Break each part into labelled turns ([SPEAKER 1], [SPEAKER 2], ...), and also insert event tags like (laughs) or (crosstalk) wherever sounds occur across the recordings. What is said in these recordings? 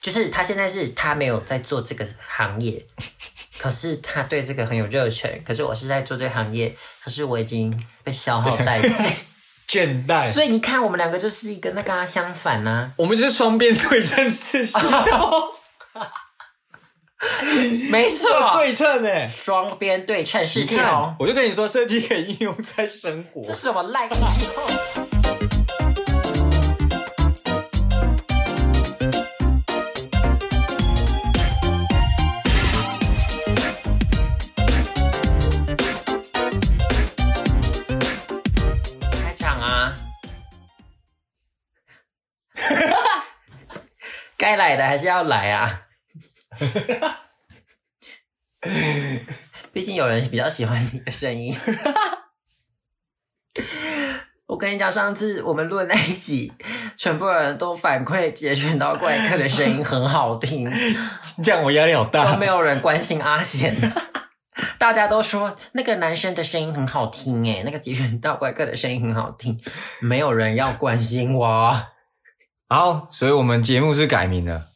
[SPEAKER 1] 就是他现在是他没有在做这个行业，可是他对这个很有热忱。可是我是在做这个行业，可是我已经被消耗殆尽。
[SPEAKER 2] 倦怠。
[SPEAKER 1] 所以你看，我们两个就是一个那个、啊、相反呐、
[SPEAKER 2] 我们是双边对称
[SPEAKER 1] (laughs)
[SPEAKER 2] 式行动，
[SPEAKER 1] 没错，
[SPEAKER 2] 对称哎、
[SPEAKER 1] 双边对称哦是
[SPEAKER 2] 你
[SPEAKER 1] 系
[SPEAKER 2] 看
[SPEAKER 1] 统，，
[SPEAKER 2] 我就跟你说，设计可以应用在生活。
[SPEAKER 1] 这是什么烂应用？开场啊！该来的还是要来啊！毕竟有人比较喜欢你的声音。我跟你讲，上次我们录的那一集，全部人都反馈截拳道怪客的声音很好听，
[SPEAKER 2] 这样我压力好
[SPEAKER 1] 都
[SPEAKER 2] 大
[SPEAKER 1] 没。有人关心阿贤。大家都说那个男生的声音很好听，诶，那个截拳道怪客的声音很好听，没有人要关心我。
[SPEAKER 2] 好，所以我们节目是改名了，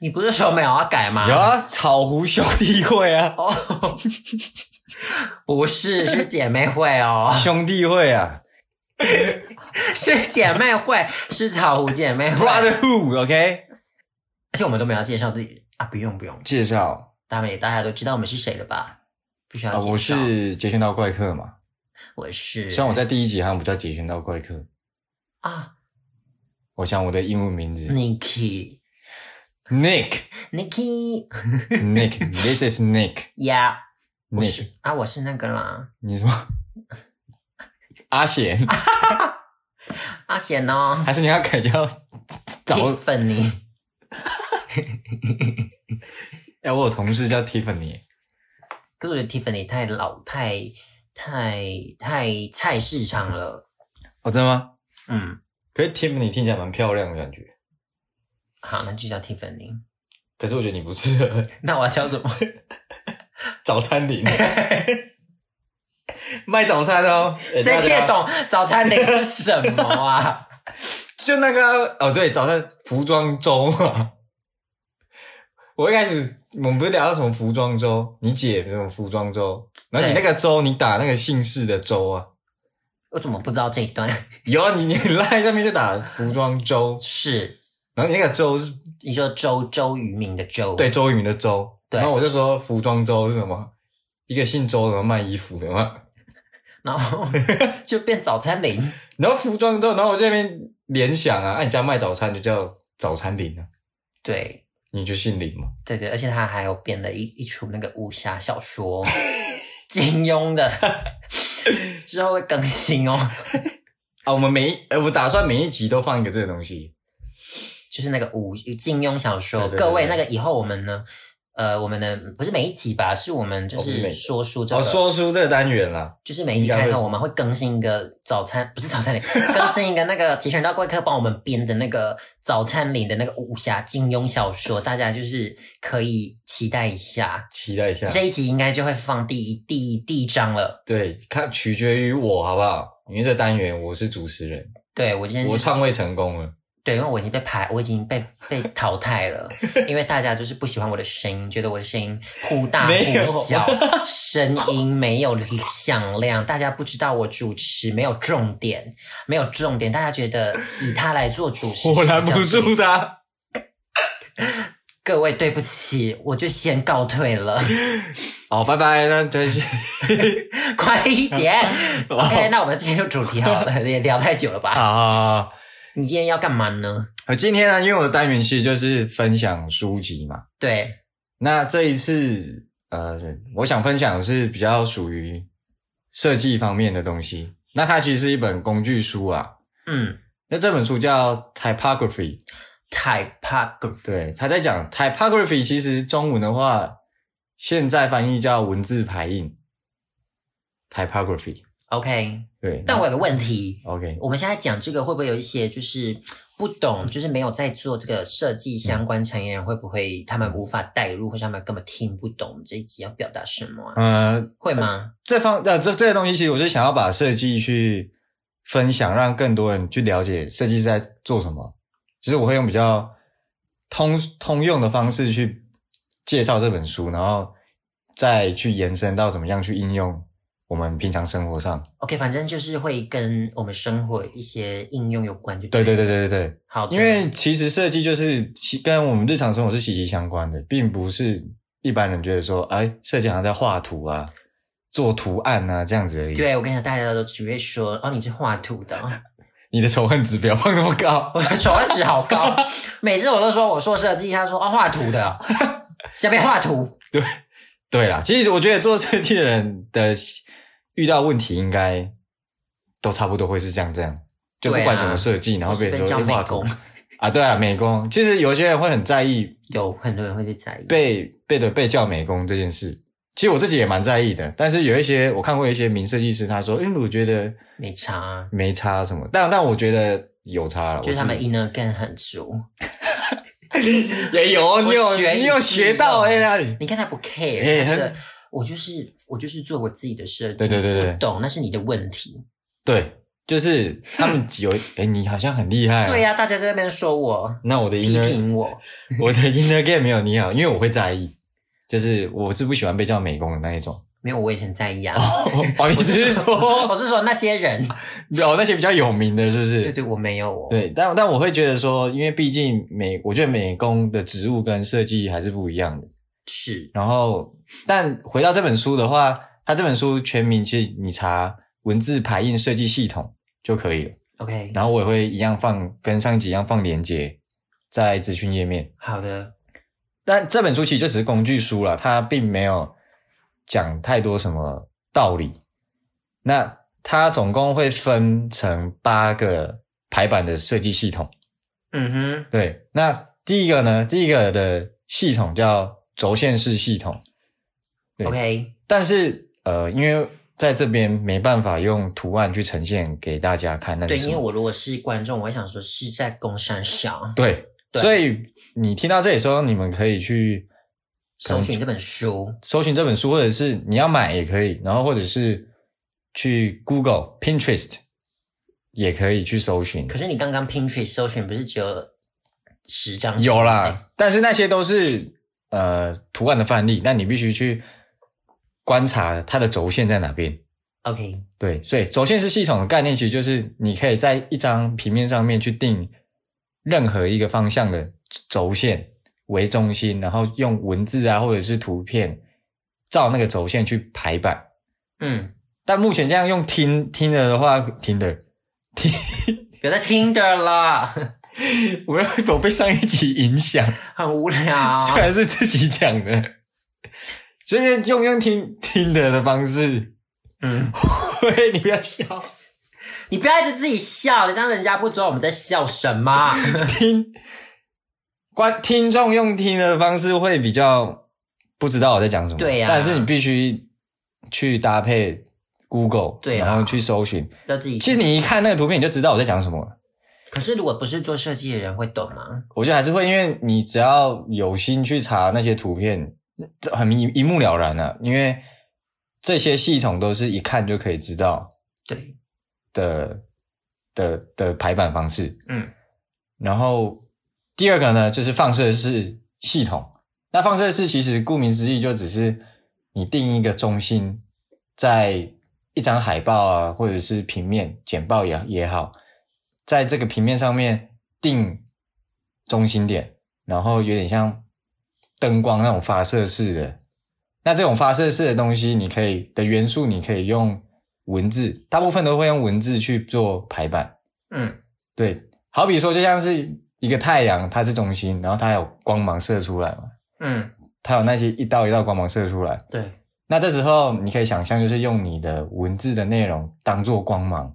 [SPEAKER 1] 你不是说没有要改吗？
[SPEAKER 2] 有啊，草狐兄弟会啊，
[SPEAKER 1] 哦，不是，是姐妹会哦，
[SPEAKER 2] 兄弟会啊
[SPEAKER 1] 是姐妹会，是草湖姐妹会。而
[SPEAKER 2] ，Brotherhood，OK？、
[SPEAKER 1] 且我们都没有介绍自己啊，不用不用，
[SPEAKER 2] 介绍
[SPEAKER 1] 大美大家都知道我们是谁了吧？不需要
[SPEAKER 2] 啊、
[SPEAKER 1] 介绍。
[SPEAKER 2] 我是截拳道怪客嘛，
[SPEAKER 1] 我是，
[SPEAKER 2] 虽然我在第一集好像不叫截拳道怪客，
[SPEAKER 1] 啊
[SPEAKER 2] 我想我的英文名字
[SPEAKER 1] ，Niki，Niki，Yeah，
[SPEAKER 2] Nick，Nick，This is Nick，Nick，
[SPEAKER 1] (laughs) 我是啊，我是那个啦，
[SPEAKER 2] 你什么？阿贤，
[SPEAKER 1] 阿贤哦
[SPEAKER 2] 还是你要改叫找？
[SPEAKER 1] ，Tiffany，
[SPEAKER 2] 哎、我有同事叫 Tiffany，
[SPEAKER 1] 可是我觉得 Tiffany 太老太太太菜市场了，
[SPEAKER 2] 哦，真的吗？
[SPEAKER 1] 嗯，
[SPEAKER 2] 可是 Tiffany 听起来蛮漂亮的感觉，
[SPEAKER 1] 好，那就叫 Tiffany，
[SPEAKER 2] 可是我觉得你不适合
[SPEAKER 1] 那我要叫什么？
[SPEAKER 2] 哎早餐店
[SPEAKER 1] (laughs)
[SPEAKER 2] 卖早餐哦，欸
[SPEAKER 1] 谁听得？
[SPEAKER 2] 大家
[SPEAKER 1] 懂早餐零是什么啊？ (laughs)
[SPEAKER 2] 就那个哦，对，早餐服装周嘛。我一开始我们不是聊到什么服装周，你姐什么服装周，然后你那
[SPEAKER 1] 对
[SPEAKER 2] 个周你打那个姓氏的周啊，
[SPEAKER 1] 我怎么不知道这一段？
[SPEAKER 2] 有啊，你你赖上面就打服装周，
[SPEAKER 1] 是
[SPEAKER 2] 然后你那个周是
[SPEAKER 1] 你说周周渝民的周，
[SPEAKER 2] 对周渝民的周，
[SPEAKER 1] 对
[SPEAKER 2] 然后我就说服装周是什么？一个姓周的卖衣服的嘛。
[SPEAKER 1] 然后 (laughs) 就变早餐零，
[SPEAKER 2] 然后服装之后，然后我这边联想啊，按、你家卖早餐就叫早餐林啊，
[SPEAKER 1] 对
[SPEAKER 2] 你就姓林嘛。
[SPEAKER 1] 对对，而且他还有编了一一出那个武侠小说， (laughs) 金庸的， (laughs) 之后会更新哦，
[SPEAKER 2] 啊，我们每一呃，我打算每一集都放一个这个东西。
[SPEAKER 1] 就是那个武金庸小说。
[SPEAKER 2] 对对对
[SPEAKER 1] 各位，那
[SPEAKER 2] 对
[SPEAKER 1] 个以后我们呢，呃，我们的不是每一集吧，是我们就
[SPEAKER 2] 哦不是每
[SPEAKER 1] 是说书这
[SPEAKER 2] 哦，
[SPEAKER 1] 个，
[SPEAKER 2] 说书这个单元啦，
[SPEAKER 1] 就是每一集
[SPEAKER 2] 应该
[SPEAKER 1] 开
[SPEAKER 2] 会
[SPEAKER 1] 头我们会更新一个早餐，不是早餐领，更新一个那个集权道怪客帮我们编的那个早餐领的那个武侠金庸小说，大家就是可以期待一下。
[SPEAKER 2] 期待一下。
[SPEAKER 1] 这一集应该就会放第一第一第一章了。
[SPEAKER 2] 对，看取决于我好不好？因为这单元我是主持人，
[SPEAKER 1] 对我今天就
[SPEAKER 2] 我创卫成功了。
[SPEAKER 1] 对，因为我已经被排，我已经被被淘汰了，因为大家就是不喜欢我的声音，觉得我的声音忽大
[SPEAKER 2] 没有
[SPEAKER 1] 忽小，声音没有响亮，大家不知道我主持没有重点，没有重点，大家觉得以他来做主持，
[SPEAKER 2] 我拦不住。他，
[SPEAKER 1] 各位，对不起，我就先告退了，
[SPEAKER 2] (laughs) 好，拜拜。那
[SPEAKER 1] (laughs)
[SPEAKER 2] 这些，
[SPEAKER 1] 快一
[SPEAKER 2] (laughs)
[SPEAKER 1] 点。OK，那我们进入主题好了，也聊太久了吧？
[SPEAKER 2] 好好好。
[SPEAKER 1] 你今天要干嘛呢？
[SPEAKER 2] 我今天呢，因为我的单元其实就是分享书籍嘛，
[SPEAKER 1] 对，
[SPEAKER 2] 那这一次，呃，我想分享的是比较属于设计方面的东西。那它其实是一本工具书啊。
[SPEAKER 1] 嗯
[SPEAKER 2] 那这本书叫《Typography》，
[SPEAKER 1] ，typography，
[SPEAKER 2] 对，他在讲 typography，其实中文的话，现在翻译叫文字排印 （typography）。
[SPEAKER 1] OK，
[SPEAKER 2] 对，
[SPEAKER 1] 但我有个问题，
[SPEAKER 2] 那 OK，
[SPEAKER 1] 我们现在讲这个会不会有一些就是不懂，
[SPEAKER 2] 嗯
[SPEAKER 1] 就是没有在做这个设计相关产业人，会不会他们无法代入，或者他们根本听不懂我们这一集要表达什么啊？
[SPEAKER 2] 呃，
[SPEAKER 1] 会吗？
[SPEAKER 2] 这方呃这这些东西，其实我是想要把设计去分享，让更多人去了解设计是在做什么。其实我会用比较通通用的方式去介绍这本书，然后再去延伸到怎么样去应用我们平常生活上。
[SPEAKER 1] OK，反正就是会跟我们生活一些应用有关，就
[SPEAKER 2] 对对
[SPEAKER 1] 对了，
[SPEAKER 2] 对对对对，
[SPEAKER 1] 好的，
[SPEAKER 2] 因为其实设计就是其跟我们日常生活是息息相关的，并不是一般人觉得说，哎，设计好像在画图啊、做图案啊这样子而已。，
[SPEAKER 1] 对我跟你讲，大家都只会说哦，你是画图的哦， (laughs)
[SPEAKER 2] 你的仇恨值不要放那么高。
[SPEAKER 1] 我的手腕指好高，每次我都说我做设计，他说哦画图的哦，谁被画图？
[SPEAKER 2] 对啦，其实我觉得做设计的人的遇到问题应该都差不多会是这样这样，就不
[SPEAKER 1] 对啊
[SPEAKER 2] 管什么设计， (laughs) 然后被
[SPEAKER 1] 被
[SPEAKER 2] 人说
[SPEAKER 1] 叫
[SPEAKER 2] 哎
[SPEAKER 1] 美
[SPEAKER 2] 画图
[SPEAKER 1] 工，
[SPEAKER 2] 啊，对啊，美工。其实有些人会很在意
[SPEAKER 1] (laughs) 有很多人会被在意。
[SPEAKER 2] 被被的被叫美工这件事，其实我自己也蛮在意的。但是有一些我看过一些名设计师，他说，因哎为我觉得
[SPEAKER 1] 没差啊，
[SPEAKER 2] 没差什么，但但我觉得有差了。
[SPEAKER 1] 就是
[SPEAKER 2] 我
[SPEAKER 1] 他们
[SPEAKER 2] 自己
[SPEAKER 1] inner game 很足，
[SPEAKER 2] 也有，你有
[SPEAKER 1] 我学
[SPEAKER 2] 你有
[SPEAKER 1] 你是
[SPEAKER 2] 学到
[SPEAKER 1] 有
[SPEAKER 2] 哎呀，你
[SPEAKER 1] 你看他不 care，、
[SPEAKER 2] 哎
[SPEAKER 1] 他
[SPEAKER 2] 他
[SPEAKER 1] 觉得我就是我就是做我自己的设计，
[SPEAKER 2] 对对对对
[SPEAKER 1] 你不懂那是你的问题。
[SPEAKER 2] 对，就是他们有哎，你好像很厉害。啊
[SPEAKER 1] (laughs) 对、啊呀、大家在那边说我
[SPEAKER 2] 那我的
[SPEAKER 1] 批
[SPEAKER 2] inner
[SPEAKER 1] 评我，
[SPEAKER 2] (laughs) 我的 inner game 没有你好，因为我会在意，就是我是不喜欢被叫美工的那一种。
[SPEAKER 1] 没有我也很在意啊。
[SPEAKER 2] (laughs) 哦，你只是说
[SPEAKER 1] (laughs) 我是说那些人，
[SPEAKER 2] 哦那些比较有名的，是不是？
[SPEAKER 1] 对对，我没有哦。
[SPEAKER 2] 对，但但我会觉得说，因为毕竟美，我觉得美工的职务跟设计还是不一样的。
[SPEAKER 1] 是
[SPEAKER 2] 然后，但回到这本书的话，它这本书全名其实你查文字排印设计系统就可以了。
[SPEAKER 1] OK，
[SPEAKER 2] 然后我也会一样放跟上一集一样放链接在资讯页面。
[SPEAKER 1] 好的，
[SPEAKER 2] 但这本书其实就只是工具书了，它并没有讲太多什么道理。那它总共会分成八个排版的设计系统。
[SPEAKER 1] 嗯哼，
[SPEAKER 2] 对，那第一个呢，第一个的系统叫轴线式系统，对
[SPEAKER 1] OK，
[SPEAKER 2] 但是呃，因为在这边没办法用图案去呈现给大家看，那是
[SPEAKER 1] 对，
[SPEAKER 2] 什
[SPEAKER 1] 因
[SPEAKER 2] 么
[SPEAKER 1] 为我如果是观众，我会想说是在攻山上
[SPEAKER 2] 对，
[SPEAKER 1] 对
[SPEAKER 2] 所以你听到这里的时候，你们可以去
[SPEAKER 1] 搜寻这本书，
[SPEAKER 2] 搜寻这本书，或者是你要买也可以，然后或者是去 Google、Pinterest 也可以去搜寻
[SPEAKER 1] 可。是你刚刚 Pinterest 搜寻不是只有十张？
[SPEAKER 2] 有啦，但是那些都是呃图案的范例，那你必须去观察它的轴线在哪边。
[SPEAKER 1] 哎，OK，
[SPEAKER 2] 对，所以轴线式系统的概念其实就是你可以在一张平面上面去定任何一个方向的轴线为中心，然后用文字啊或者是图片照那个轴线去排版。
[SPEAKER 1] 嗯，
[SPEAKER 2] 但目前这样用听听的的话，听的，
[SPEAKER 1] 有在 Tinder 啦，
[SPEAKER 2] 我我被上一集影响，
[SPEAKER 1] 很无 (laughs) 聊。
[SPEAKER 2] 虽然是自己讲的，所以用用听听的的方式，
[SPEAKER 1] 嗯，
[SPEAKER 2] 喂，你不要笑，
[SPEAKER 1] 你不要一直自己笑，你让人家不知道我们在笑什 (laughs) 么。
[SPEAKER 2] 听观听众用听的方式会比较不知道我在讲什么，
[SPEAKER 1] 对呀
[SPEAKER 2] 但是你必须去搭配 Google，
[SPEAKER 1] 对啊
[SPEAKER 2] 然后去搜寻。
[SPEAKER 1] 要自己。
[SPEAKER 2] 其实你一看那个图片，你就知道我在讲什么了。
[SPEAKER 1] 可是如果不是做设计的人会懂吗？
[SPEAKER 2] 我觉得还是会，因为你只要有心去查那些图片，这很一一目了然了、因为这些系统都是一看就可以知道
[SPEAKER 1] 对，
[SPEAKER 2] 的的的排版方式。
[SPEAKER 1] 嗯，
[SPEAKER 2] 然后第二个呢，就是放射式系统。那放射式其实顾名思义，就只是你定一个中心，在一张海报啊，或者是平面简报也也好，在这个平面上面定中心点，然后有点像灯光那种发射式的。那这种发射式的东西，你可以的元素，你可以用文字，大部分都会用文字去做排版。
[SPEAKER 1] 嗯，
[SPEAKER 2] 对，好比说，就像是一个太阳，它是中心，然后它有光芒射出来嘛，
[SPEAKER 1] 嗯，
[SPEAKER 2] 它有那些一道一道光芒射出来。
[SPEAKER 1] 对，
[SPEAKER 2] 那这时候你可以想象，就是用你的文字的内容当做光芒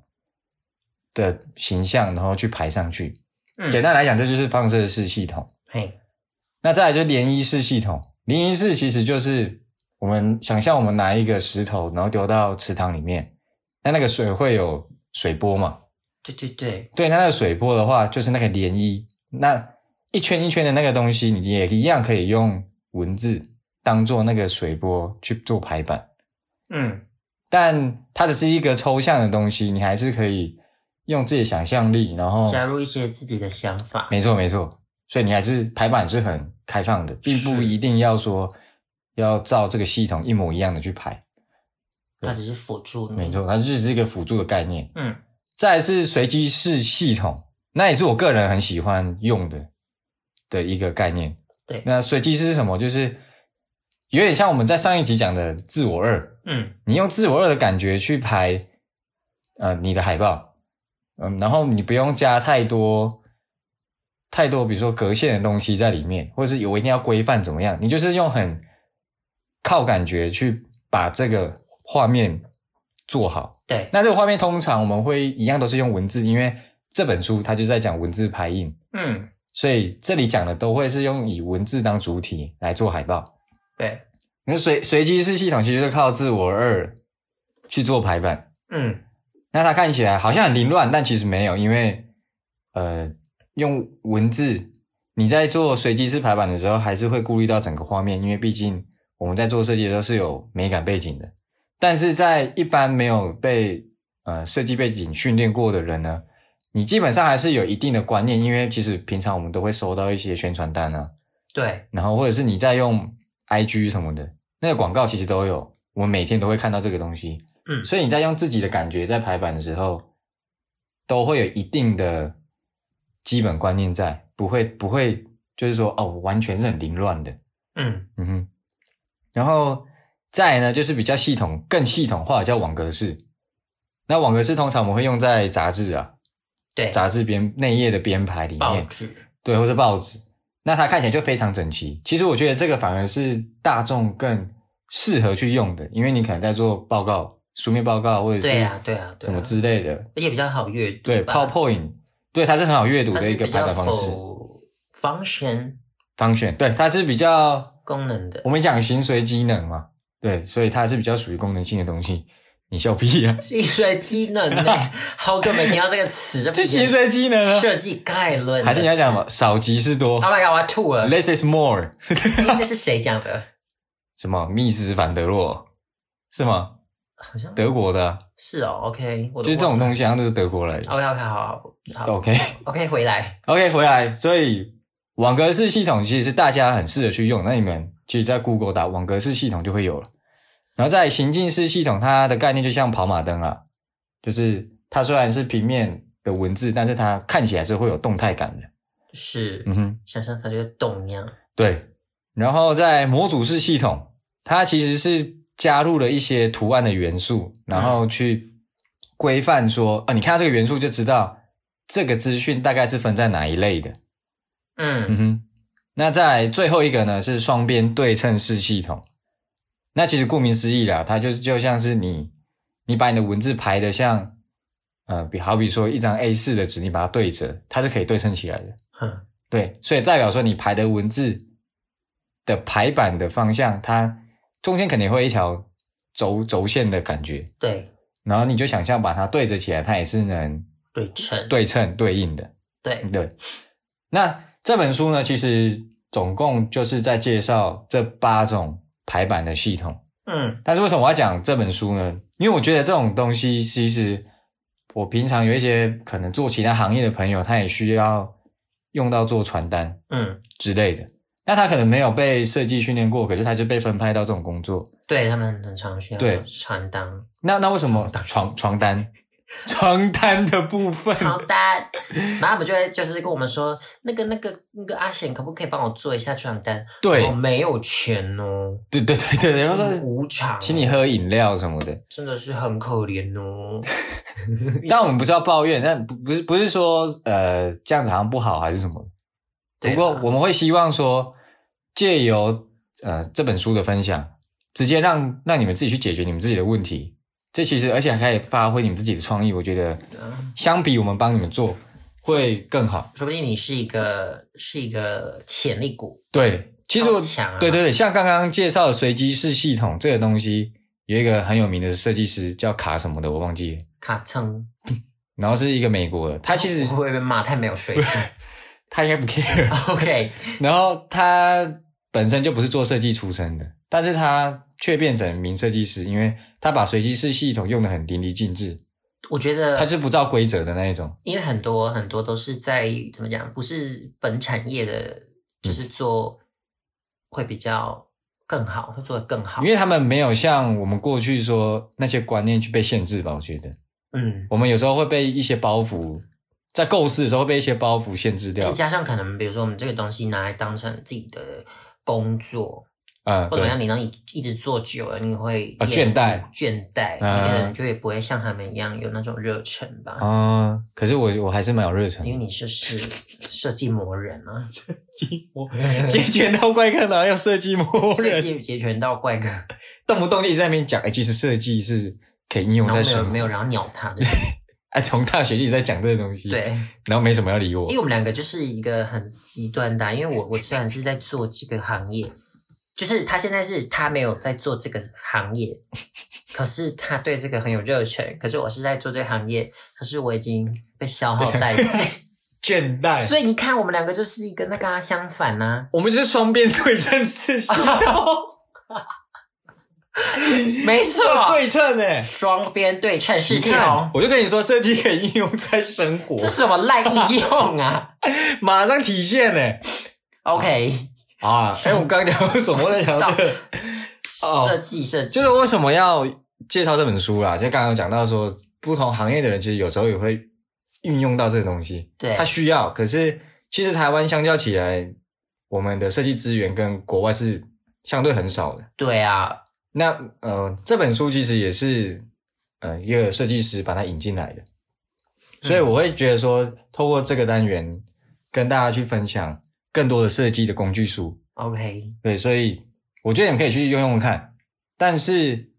[SPEAKER 2] 的形象，然后去排上去。
[SPEAKER 1] 嗯
[SPEAKER 2] 简单来讲，这就是放射式系统。
[SPEAKER 1] 嘿，
[SPEAKER 2] 那再来就涟漪式系统，涟漪式其实就是我们想象我们拿一个石头，然后丢到池塘里面，那那个水会有水波嘛？
[SPEAKER 1] 对对对，
[SPEAKER 2] 对，那那个水波的话，就是那个涟漪，那一圈一圈的那个东西，你也一样可以用文字当做那个水波去做排版，
[SPEAKER 1] 嗯，
[SPEAKER 2] 但它只是一个抽象的东西，你还是可以用自己的想象力，然后
[SPEAKER 1] 哦加入一些自己的想法。
[SPEAKER 2] 没错没错，所以你还是排版是很开放的，并不
[SPEAKER 1] 是
[SPEAKER 2] 一定要说要照这个系统一模一样的去排。
[SPEAKER 1] 它只是辅助你。
[SPEAKER 2] 没，错，它就只是一个辅助的概念。
[SPEAKER 1] 嗯，
[SPEAKER 2] 再来是随机式系统，那也是我个人很喜欢用的的一个概念。
[SPEAKER 1] 对
[SPEAKER 2] 那随机式是什么？就是有点像我们在上一集讲的自我二，
[SPEAKER 1] 嗯，
[SPEAKER 2] 你用自我二的感觉去排呃你的海报，嗯，然后你不用加太多太多，比如说隔线的东西在里面，或者是我一定要规范怎么样，你就是用很靠感觉去把这个画面做好。
[SPEAKER 1] 对，
[SPEAKER 2] 那这个画面通常我们会一样都是用文字，因为这本书它就在讲文字排印，
[SPEAKER 1] 嗯，
[SPEAKER 2] 所以这里讲的都会是用以文字当主体来做海报。
[SPEAKER 1] 对，
[SPEAKER 2] 那随随机式系统其实就靠自我二去做排版，
[SPEAKER 1] 嗯，
[SPEAKER 2] 那它看起来好像很凌乱，但其实没有，因为呃用文字你在做随机式排版的时候，还是会顾虑到整个画面，因为毕竟我们在做设计的时候是有美感背景的。但是在一般没有被呃设计背景训练过的人呢，你基本上还是有一定的观念，因为其实平常我们都会收到一些宣传单啊，
[SPEAKER 1] 对，
[SPEAKER 2] 然后或者是你在用 IG 什么的，那个广告其实都有，我们每天都会看到这个东西。
[SPEAKER 1] 嗯
[SPEAKER 2] 所以你在用自己的感觉在排版的时候，都会有一定的基本观念在，不会不会就是说哦，完全是很凌乱的。
[SPEAKER 1] 嗯，
[SPEAKER 2] 嗯哼，然后再来呢，就是比较系统、更系统化的叫网格式。那网格式通常我们会用在杂志啊，
[SPEAKER 1] 对，
[SPEAKER 2] 杂志编内页的编排里
[SPEAKER 1] 报
[SPEAKER 2] 面，
[SPEAKER 1] 纸，
[SPEAKER 2] 对，或是报纸，那它看起来就非常整齐。其实我觉得这个反而是大众更适合去用的，因为你可能在做报告、书面报告或者
[SPEAKER 1] 对
[SPEAKER 2] 是
[SPEAKER 1] 啊，对啊，对啊，
[SPEAKER 2] 什么之类的，
[SPEAKER 1] 而且比较好阅读吧，
[SPEAKER 2] 对，PowerPoint，对，它是很好阅读
[SPEAKER 1] 它
[SPEAKER 2] 的一
[SPEAKER 1] 是
[SPEAKER 2] 个
[SPEAKER 1] 比
[SPEAKER 2] 排
[SPEAKER 1] 较
[SPEAKER 2] 版方式
[SPEAKER 1] function
[SPEAKER 2] 方选，对，它是比较
[SPEAKER 1] 功能的
[SPEAKER 2] 我，们讲形随机能嘛，对，所以它是比较属于功能性的东西。你笑屁
[SPEAKER 1] (laughs)
[SPEAKER 2] 啊！
[SPEAKER 1] 是一水机能
[SPEAKER 2] (laughs)
[SPEAKER 1] 呢，好久没听到这个词，
[SPEAKER 2] 这形随机能啊，
[SPEAKER 1] 设计概论，
[SPEAKER 2] 还是你要讲什么？少即是多
[SPEAKER 1] Oh my god！我要吐
[SPEAKER 2] (laughs)
[SPEAKER 1] 了。
[SPEAKER 2] ，less is more，
[SPEAKER 1] 那是谁讲的？
[SPEAKER 2] 什么？密斯凡德洛是吗？
[SPEAKER 1] 好像
[SPEAKER 2] 德国的啊、
[SPEAKER 1] 是哦。OK，我
[SPEAKER 2] 就是这种哦东西，它都是德国来的。
[SPEAKER 1] OK OK 好好好
[SPEAKER 2] OK (laughs)
[SPEAKER 1] OK 回来。
[SPEAKER 2] OK，回来，所以网格式系统其实是大家很适合去用。那你们其实，在 Google 打网格式系统就会有了。然后在行进式系统，它的概念就像跑马灯啊，就是它虽然是平面的文字，但是它看起来是会有动态感的。
[SPEAKER 1] 是
[SPEAKER 2] 嗯哼，
[SPEAKER 1] 想象它就会动那样。
[SPEAKER 2] 对。然后在模组式系统，它其实是加入了一些图案的元素，然后去规范说，啊，你看到这个元素就知道这个资讯大概是分在哪一类的。嗯
[SPEAKER 1] 嗯
[SPEAKER 2] 哼，那在最后一个呢是双边对称式系统。那其实顾名思义啦，它就是就像是你你把你的文字排的像，呃，比好比说一张 A 四的纸，你把它对折，它是可以对称起来的。
[SPEAKER 1] 哼，
[SPEAKER 2] 对，所以代表说你排的文字的排版的方向，它中间肯定会有一条轴轴线的感觉，
[SPEAKER 1] 对，
[SPEAKER 2] 然后你就想象把它对折起来，它也是能
[SPEAKER 1] 对称，
[SPEAKER 2] 对称对应的。
[SPEAKER 1] 对，
[SPEAKER 2] 对，那这本书呢，其实总共就是在介绍这八种排版的系统。
[SPEAKER 1] 嗯
[SPEAKER 2] 但是为什么我要讲这本书呢？因为我觉得这种东西，其实我平常有一些可能做其他行业的朋友，他也需要用到做传单
[SPEAKER 1] 嗯，
[SPEAKER 2] 之类的。那他可能没有被设计训练过，可是他就被分派到这种工作。
[SPEAKER 1] 对他们很常需要
[SPEAKER 2] 对
[SPEAKER 1] 传单。
[SPEAKER 2] 那那为什么床床单床单的部分？
[SPEAKER 1] 好的，
[SPEAKER 2] (laughs)
[SPEAKER 1] 然后他们就会就是跟我们说，那个那个那个阿贤，可不可以帮我做一下传单？
[SPEAKER 2] 对
[SPEAKER 1] 我没有钱哦，
[SPEAKER 2] 对对对对对，然后
[SPEAKER 1] 很
[SPEAKER 2] 说
[SPEAKER 1] 无偿哦，
[SPEAKER 2] 请你喝饮料什么的。
[SPEAKER 1] 真的是很可怜哦。
[SPEAKER 2] 但我们不是要抱怨，但不不是不是说呃这样子好像不好还是什么。
[SPEAKER 1] 对
[SPEAKER 2] (laughs)
[SPEAKER 1] 啊
[SPEAKER 2] 不
[SPEAKER 1] 啦
[SPEAKER 2] 过我们会希望说，借由呃这本书的分享，直接让让你们自己去解决你们自己的问题。这其实而且还可以发挥你们自己的创意，我觉得相比我们帮你们做会更好。
[SPEAKER 1] 啊嗯说不定你是一个是一个潜力股，
[SPEAKER 2] 对，其实我、
[SPEAKER 1] 超强啊
[SPEAKER 2] 对对对，像刚刚介绍的随机式系统这个东西，有一个很有名的设计师叫卡什么的，我忘记了，
[SPEAKER 1] 卡称。
[SPEAKER 2] 然后是一个美国的，他其实
[SPEAKER 1] 会不会被骂太没有
[SPEAKER 2] (laughs)
[SPEAKER 1] 水准
[SPEAKER 2] 他应该不
[SPEAKER 1] (laughs)
[SPEAKER 2] care。
[SPEAKER 1] ？OK，
[SPEAKER 2] 然后他本身就不是做设计出身的，但是他却变成名设计师，因为他把随机式系统用得很淋漓尽致。
[SPEAKER 1] 我觉得
[SPEAKER 2] 它就是不照规则的那一种。
[SPEAKER 1] 因为很多很多都是在怎么讲，不是本产业的，
[SPEAKER 2] 嗯
[SPEAKER 1] 就是做会比较更好，会做得更好
[SPEAKER 2] 因。为他们没有像我们过去说那些观念去被限制吧，我觉得
[SPEAKER 1] 嗯，
[SPEAKER 2] 我们有时候会被一些包袱，在构思的时候会被一些包袱限制
[SPEAKER 1] 再
[SPEAKER 2] 掉。
[SPEAKER 1] 加上可能比如说我们这个东西拿来当成自己的工作，
[SPEAKER 2] 嗯，
[SPEAKER 1] 或者让
[SPEAKER 2] 对，
[SPEAKER 1] 你让你一直做久了，你会
[SPEAKER 2] 啊
[SPEAKER 1] 厌
[SPEAKER 2] 倦怠
[SPEAKER 1] 倦怠，
[SPEAKER 2] 嗯
[SPEAKER 1] 你可能就也不会像他们一样有那种热忱吧。
[SPEAKER 2] 嗯，可是我我还是蛮有热忱
[SPEAKER 1] 因为
[SPEAKER 2] 的，
[SPEAKER 1] 你是是设计魔人
[SPEAKER 2] (laughs)
[SPEAKER 1] 啊，
[SPEAKER 2] 截拳
[SPEAKER 1] (laughs)
[SPEAKER 2] 道怪客哪有设计魔
[SPEAKER 1] 设
[SPEAKER 2] 人？
[SPEAKER 1] 计截拳道怪
[SPEAKER 2] (laughs)
[SPEAKER 1] 哥，
[SPEAKER 2] 动不动就一直在那边讲，哎、其实设计是可以应用
[SPEAKER 1] 然后
[SPEAKER 2] 在
[SPEAKER 1] 没有
[SPEAKER 2] 生活
[SPEAKER 1] 没。
[SPEAKER 2] (laughs)
[SPEAKER 1] 有然后鸟他的，
[SPEAKER 2] 哎、从大学就一直在讲这个东西，， (laughs)
[SPEAKER 1] 对。
[SPEAKER 2] 然后没什么要理我
[SPEAKER 1] 因为。我们两个就是一个很极端的啊、因为我我虽然是在做这个行业，就是他现在是他没有在做这个行
[SPEAKER 2] (laughs)
[SPEAKER 1] 业，可是他对这个很有热忱，可是我是在做这个行业，可是我已经被消耗殆尽，
[SPEAKER 2] 倦怠
[SPEAKER 1] 所以你看我们两个就是一个那个、啊、相反呐、
[SPEAKER 2] 我们是双边对称
[SPEAKER 1] (laughs)
[SPEAKER 2] 式系统，
[SPEAKER 1] 没错，
[SPEAKER 2] 对称哎、
[SPEAKER 1] 双边对称式
[SPEAKER 2] 你
[SPEAKER 1] 系
[SPEAKER 2] 看
[SPEAKER 1] 统，，
[SPEAKER 2] 我就跟你说，设计可以应用在生活，
[SPEAKER 1] 哦这是什么烂应用
[SPEAKER 2] (laughs)
[SPEAKER 1] 啊
[SPEAKER 2] 马上体现呢。
[SPEAKER 1] ？OK，
[SPEAKER 2] 啊，哎，我们刚刚讲到什么？我在
[SPEAKER 1] (laughs)
[SPEAKER 2] 讲到这个，哦
[SPEAKER 1] 设计设计
[SPEAKER 2] 就是为什么要介绍这本书啦？就刚刚有讲到说，不同行业的人其实有时候也会运用到这个东西，
[SPEAKER 1] 对
[SPEAKER 2] 他需要。可是其实台湾相较起来，我们的设计资源跟国外是相对很少的。
[SPEAKER 1] 对啊，
[SPEAKER 2] 那呃，这本书其实也是呃一个设计师把它引进来的，所以我会觉得说，透过这个单元跟大家去分享更多的设计的工具书。
[SPEAKER 1] ，OK，
[SPEAKER 2] 对，所以我觉得你们可以去用用看。但是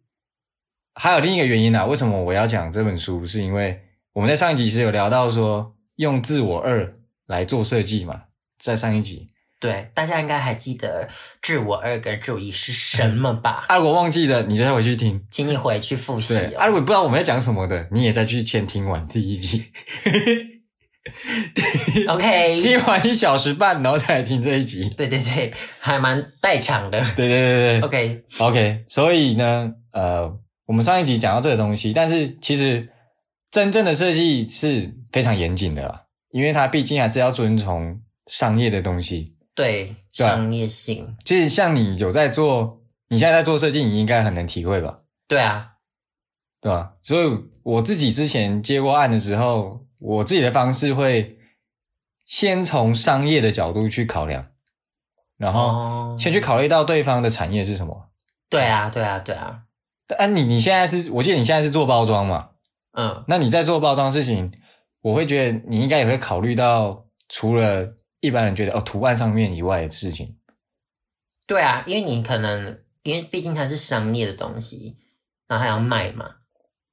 [SPEAKER 2] 还有另一个原因啊，为什么我要讲这本书？是因为我们在上一集是有聊到说用自我二来做设计嘛，在上一集
[SPEAKER 1] 对，大家应该还记得自我二跟自我一是什么吧？
[SPEAKER 2] 啊，如果忘记了，你就再回去听。
[SPEAKER 1] 请你回去复习、
[SPEAKER 2] 对，
[SPEAKER 1] 哦。
[SPEAKER 2] 啊，如果不知道我们在讲什么的，你也再去先听完第一集，
[SPEAKER 1] OK，
[SPEAKER 2] 听完一小时半，然后再来听这一集。
[SPEAKER 1] 对对对，还蛮代偿
[SPEAKER 2] (laughs)
[SPEAKER 1] 的。
[SPEAKER 2] 对对对对对
[SPEAKER 1] OK，
[SPEAKER 2] OK，所以呢，呃，我们上一集讲到这个东西，但是其实真正的设计是非常严谨的啦，因为它毕竟还是要遵从商业的东西。
[SPEAKER 1] 对，
[SPEAKER 2] 对啊
[SPEAKER 1] 商业性，
[SPEAKER 2] 其实像你有在做，你现在在做设计，你应该很能体会吧，
[SPEAKER 1] 对啊，
[SPEAKER 2] 对吧？所以我自己之前接过案的时候，我自己的方式会先从商业的角度去考量，然后
[SPEAKER 1] 哦，
[SPEAKER 2] 先去考虑到对方的产业是什么。
[SPEAKER 1] 对啊，对啊，对啊，
[SPEAKER 2] 啊，你你现在是，我记得你现在是做包装嘛？
[SPEAKER 1] 嗯，
[SPEAKER 2] 那你在做包装事情，我会觉得你应该也会考虑到除了一般人觉得哦图案上面以外的事情。
[SPEAKER 1] 对啊，因为你可能，因为毕竟它是商业的东西，然后还要卖嘛，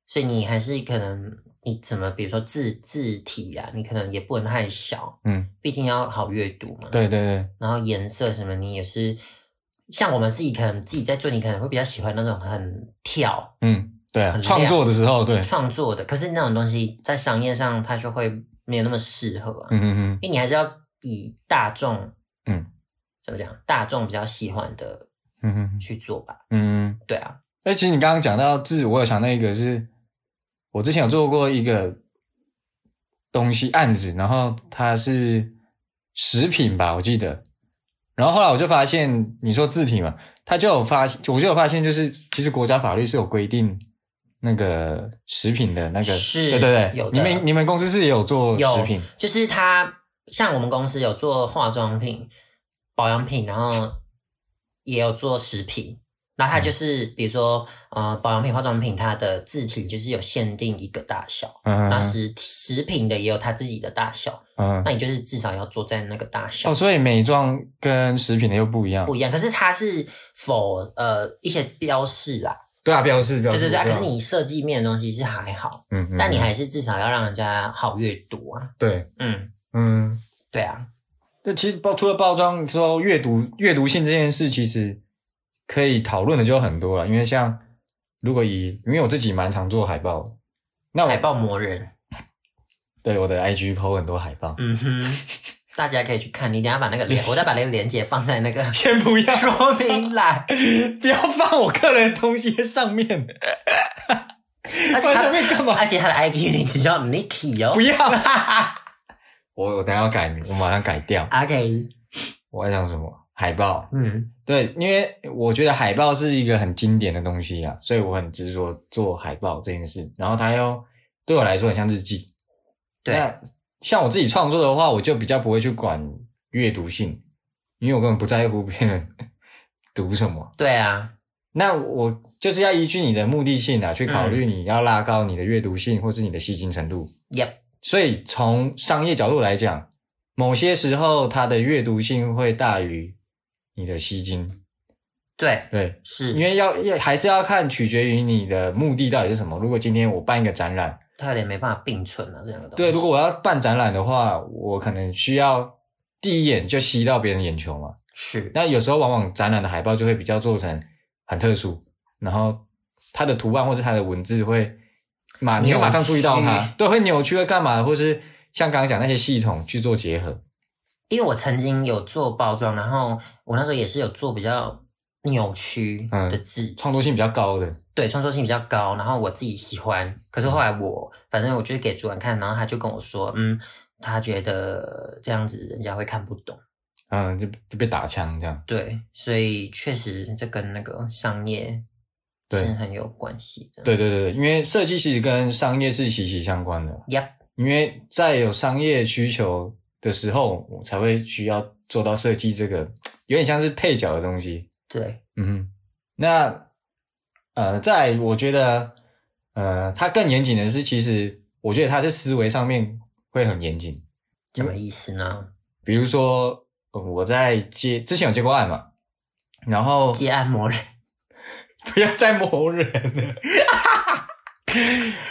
[SPEAKER 1] 所以你还是可能你怎么，比如说字字体啊，你可能也不能太小，
[SPEAKER 2] 嗯，
[SPEAKER 1] 毕竟要好阅读嘛。
[SPEAKER 2] 对对对，
[SPEAKER 1] 然后颜色什么，你也是像我们自己可能自己在做，你可能会比较喜欢那种很跳
[SPEAKER 2] 嗯，对啊，
[SPEAKER 1] 很亮
[SPEAKER 2] 创作的时候，对，
[SPEAKER 1] 创作的，可是那种东西在商业上它就会没有那么适合啊，
[SPEAKER 2] 嗯嗯
[SPEAKER 1] 因为你还是要以大众
[SPEAKER 2] 嗯
[SPEAKER 1] 怎么讲，大众比较喜欢的
[SPEAKER 2] 嗯嗯嗯
[SPEAKER 1] 去做吧。
[SPEAKER 2] 嗯。
[SPEAKER 1] 对啊，
[SPEAKER 2] 哎，其实你刚刚讲到字，我有想到一个是，我之前有做过一个东西案子，然后它是食品吧，我记得。然后后来我就发现，你说字体嘛，它就有发，我就有发现，就是其实国家法律是有规定那个食品的那个，
[SPEAKER 1] 是
[SPEAKER 2] 对对对，
[SPEAKER 1] 有的
[SPEAKER 2] 你们你们公司是也有做
[SPEAKER 1] 有
[SPEAKER 2] 食品，
[SPEAKER 1] 就是它像我们公司有做化妆品、保养品，然后也有做食品。然后它就是，
[SPEAKER 2] 嗯
[SPEAKER 1] 比如说，呃，保养品、化妆品，它的字体就是有限定一个大小，
[SPEAKER 2] 嗯
[SPEAKER 1] 那
[SPEAKER 2] 嗯
[SPEAKER 1] 食食品的也有它自己的大小，
[SPEAKER 2] 嗯，
[SPEAKER 1] 那你就是至少要做在那个大小
[SPEAKER 2] 哦，所以美妆跟食品的又不一样
[SPEAKER 1] 不，一样。可是它是否呃一些标示啦，
[SPEAKER 2] 对啊，标示标
[SPEAKER 1] 对
[SPEAKER 2] 示，
[SPEAKER 1] 对对啊。可
[SPEAKER 2] 标
[SPEAKER 1] 是
[SPEAKER 2] 示，
[SPEAKER 1] 你设计面的东西是还好，
[SPEAKER 2] 嗯，嗯
[SPEAKER 1] 但你
[SPEAKER 2] 嗯
[SPEAKER 1] 还是至少要让人家好阅读啊。
[SPEAKER 2] 对，
[SPEAKER 1] 嗯，
[SPEAKER 2] 嗯。
[SPEAKER 1] 对啊，
[SPEAKER 2] 那其实包除了包装之后，阅读阅读性这件事，其实可以讨论的就很多了。因为像如果以，因为我自己蛮常做海报的，那
[SPEAKER 1] 海
[SPEAKER 2] 我
[SPEAKER 1] 报魔人，
[SPEAKER 2] 对我的 IG PO 很多海报， (laughs)
[SPEAKER 1] 嗯哼，大家可以去看。你等一下把那个 (laughs) 连，我再把那个链接放在那个
[SPEAKER 2] 先不要
[SPEAKER 1] (laughs) 说明栏。
[SPEAKER 2] 不要放我个人的东西在上面。
[SPEAKER 1] 而且
[SPEAKER 2] 放在
[SPEAKER 1] 他
[SPEAKER 2] 上面干嘛？
[SPEAKER 1] 而且他的 ID 名字叫 Nicky 哦 (laughs)
[SPEAKER 2] 不。要啦！我我等一下要改名，我马上改掉。
[SPEAKER 1] OK，
[SPEAKER 2] 我在想什么？海报。
[SPEAKER 1] 嗯，
[SPEAKER 2] 对，因为我觉得海报是一个很经典的东西啊，所以我很执着做海报这件事。然后它又对我来说很像日记。
[SPEAKER 1] 对，
[SPEAKER 2] 那像我自己创作的话，我就比较不会去管阅读性，因为我根本不在乎别人 (laughs) 读什么。
[SPEAKER 1] 对啊，
[SPEAKER 2] 那我就是要依据你的目的性啊，去考虑你要拉高你的阅读性或是你的吸睛程度。
[SPEAKER 1] Yep，
[SPEAKER 2] 所以从商业角度来讲，某些时候它的阅读性会大于你的吸睛。
[SPEAKER 1] 对，
[SPEAKER 2] 对，
[SPEAKER 1] 是，
[SPEAKER 2] 因为要要还是要看取决于你的目的到底是什么。如果今天我办一个展览，
[SPEAKER 1] 他有点没办法并存啊了这两个东西。
[SPEAKER 2] 对，如果我要办展览的话，我可能需要第一眼就吸到别人眼球嘛。
[SPEAKER 1] 是，
[SPEAKER 2] 那有时候往往展览的海报就会比较做成很特殊，然后它的图案或是它的文字会马你会马上注意到
[SPEAKER 1] 扭
[SPEAKER 2] 它
[SPEAKER 1] 曲，
[SPEAKER 2] 对，会扭曲会干嘛，或是像刚刚讲那些系统去做结合。
[SPEAKER 1] 因为我曾经有做包装，然后我那时候也是有做比较扭曲的字，
[SPEAKER 2] 创作性比较高的，
[SPEAKER 1] 对，创作性比较高，然后我自己喜欢。可是后
[SPEAKER 2] 嗯
[SPEAKER 1] 来我，反正我就是给主管看，然后他就跟我说，嗯，他觉得这样子人家会看不懂。
[SPEAKER 2] 嗯，就就被打枪这样。
[SPEAKER 1] 对，所以确实这跟那个商业
[SPEAKER 2] 对
[SPEAKER 1] 是很有关系的。
[SPEAKER 2] 对对对，对因为设计其实跟商业是息息相关的，
[SPEAKER 1] ，Yep，
[SPEAKER 2] 因为在有商业需求的时候，我才会需要做到设计这个有点像是配角的东西。
[SPEAKER 1] 对，
[SPEAKER 2] 嗯哼，那呃，在我觉得呃，它更严谨的是，其实我觉得它是思维上面会很严谨。
[SPEAKER 1] 什么意思呢？
[SPEAKER 2] 比如说，呃我在接之前有接过案嘛，然后
[SPEAKER 1] 接按摩人，
[SPEAKER 2] 不要再磨人了。 (laughs)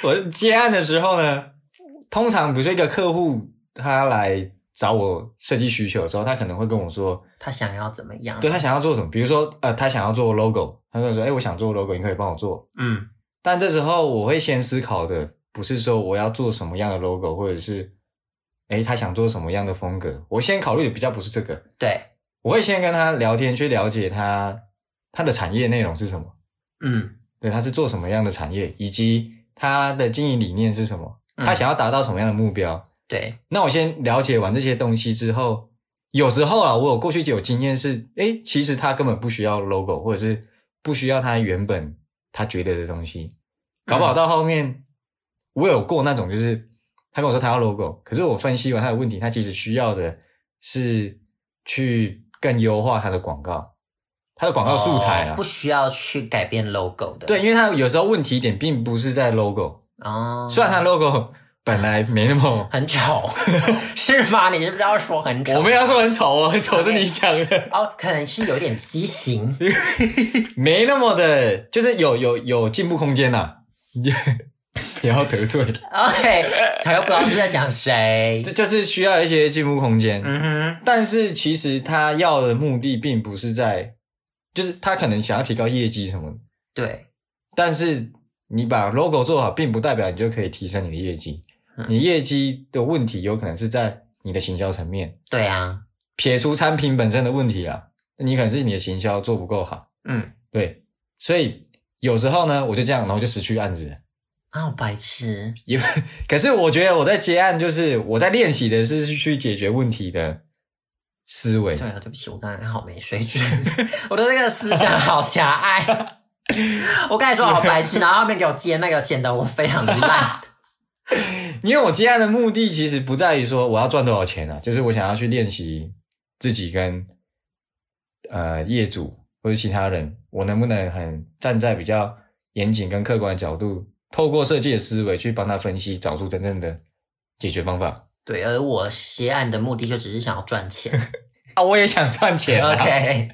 [SPEAKER 2] 我接案的时候呢，通常比如说一个客户他来找我设计需求的时候，他可能会跟我说，
[SPEAKER 1] 他想要怎么样？
[SPEAKER 2] 对他想要做什么，比如说呃，他想要做 logo，他跟我说，哎、我想做 logo，你可以帮我做。
[SPEAKER 1] 嗯，
[SPEAKER 2] 但这时候我会先思考的，不是说我要做什么样的 logo，或者是哎他想做什么样的风格，我先考虑的比较不是这个，
[SPEAKER 1] 对，
[SPEAKER 2] 我会先跟他聊天，去了解他他的产业内容是什么。
[SPEAKER 1] 嗯，
[SPEAKER 2] 对，他是做什么样的产业，以及他的经营理念是什么，
[SPEAKER 1] 嗯
[SPEAKER 2] 他想要达到什么样的目标。
[SPEAKER 1] 对，
[SPEAKER 2] 那我先了解完这些东西之后，有时候啊，我有过去有经验是，诶，其实他根本不需要 logo，或者是不需要他原本他觉得的东西，搞不好到后面、我有过那种就是他跟我说他要 logo，可是我分析完他的问题，他其实需要的是去更优化他的广告，他的广告素材啊。
[SPEAKER 1] 哦不需要去改变 logo 的。
[SPEAKER 2] 对，因为他有时候问题点并不是在 logo，
[SPEAKER 1] 哦，
[SPEAKER 2] 虽然它 logo 本来没那么，
[SPEAKER 1] 很
[SPEAKER 2] (laughs)
[SPEAKER 1] 丑，是吗？你是不是要说很丑？
[SPEAKER 2] 我没有说很丑
[SPEAKER 1] (laughs)
[SPEAKER 2] 哦，很丑是你讲的，
[SPEAKER 1] 哦，可能是有点畸形。
[SPEAKER 2] 没那么的，就是有有有进步空间呐、 (laughs) 不要得罪，
[SPEAKER 1] OK，他又不知道是在讲谁
[SPEAKER 2] 这。就是需要一些进步空间。
[SPEAKER 1] 嗯哼，
[SPEAKER 2] 但是其实他要的目的并不是在，就是他可能想要提高业绩什么的，
[SPEAKER 1] 对，
[SPEAKER 2] 但是你把 logo 做好，并不代表你就可以提升你的业绩
[SPEAKER 1] 嗯。
[SPEAKER 2] 你业绩的问题有可能是在你的行销层面，
[SPEAKER 1] 对啊，
[SPEAKER 2] 撇除产品本身的问题啊，你可能是你的行销做不够好，
[SPEAKER 1] 嗯，
[SPEAKER 2] 对，所以有时候呢，我就这样，然后就失去案子了。
[SPEAKER 1] 啊，我白痴，
[SPEAKER 2] 也可是我觉得我在接案，就是我在练习的是去解决问题的思维
[SPEAKER 1] 对。啊，对不起，我刚才好没水准，我的那个思想好狭隘。我刚才说好白痴，然后后面给我接那个，显得我非常的烂。
[SPEAKER 2] 因为我接案的目的其实不在于说我要赚多少钱啊，就是我想要去练习自己跟呃业主或者其他人，我能不能很站在比较严谨跟客观的角度，透过设计的思维去帮他分析，找出真正的解决方法。
[SPEAKER 1] 对，而我接案的目的就只是想要赚钱。
[SPEAKER 2] 啊，我也想赚钱啊
[SPEAKER 1] OK，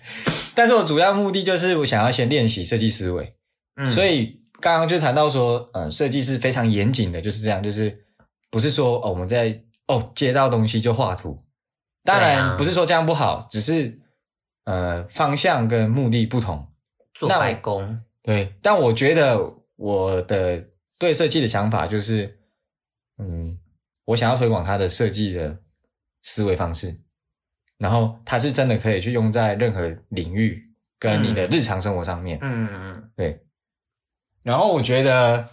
[SPEAKER 2] 但是我主要目的就是我想要先练习设计思维，
[SPEAKER 1] 嗯，
[SPEAKER 2] 所以刚刚就谈到说，呃，设计是非常严谨的，就是这样，就是不是说哦我们在哦接到东西就画图，当
[SPEAKER 1] 对啊
[SPEAKER 2] 然不是说这样不好，只是呃方向跟目的不同，
[SPEAKER 1] 做
[SPEAKER 2] 那我
[SPEAKER 1] 白工，
[SPEAKER 2] 对，但我觉得我的对设计的想法就是，嗯，我想要推广它的设计的思维方式，然后它是真的可以去用在任何领域跟你的日常生活上面。
[SPEAKER 1] 嗯嗯
[SPEAKER 2] 对，然后我觉得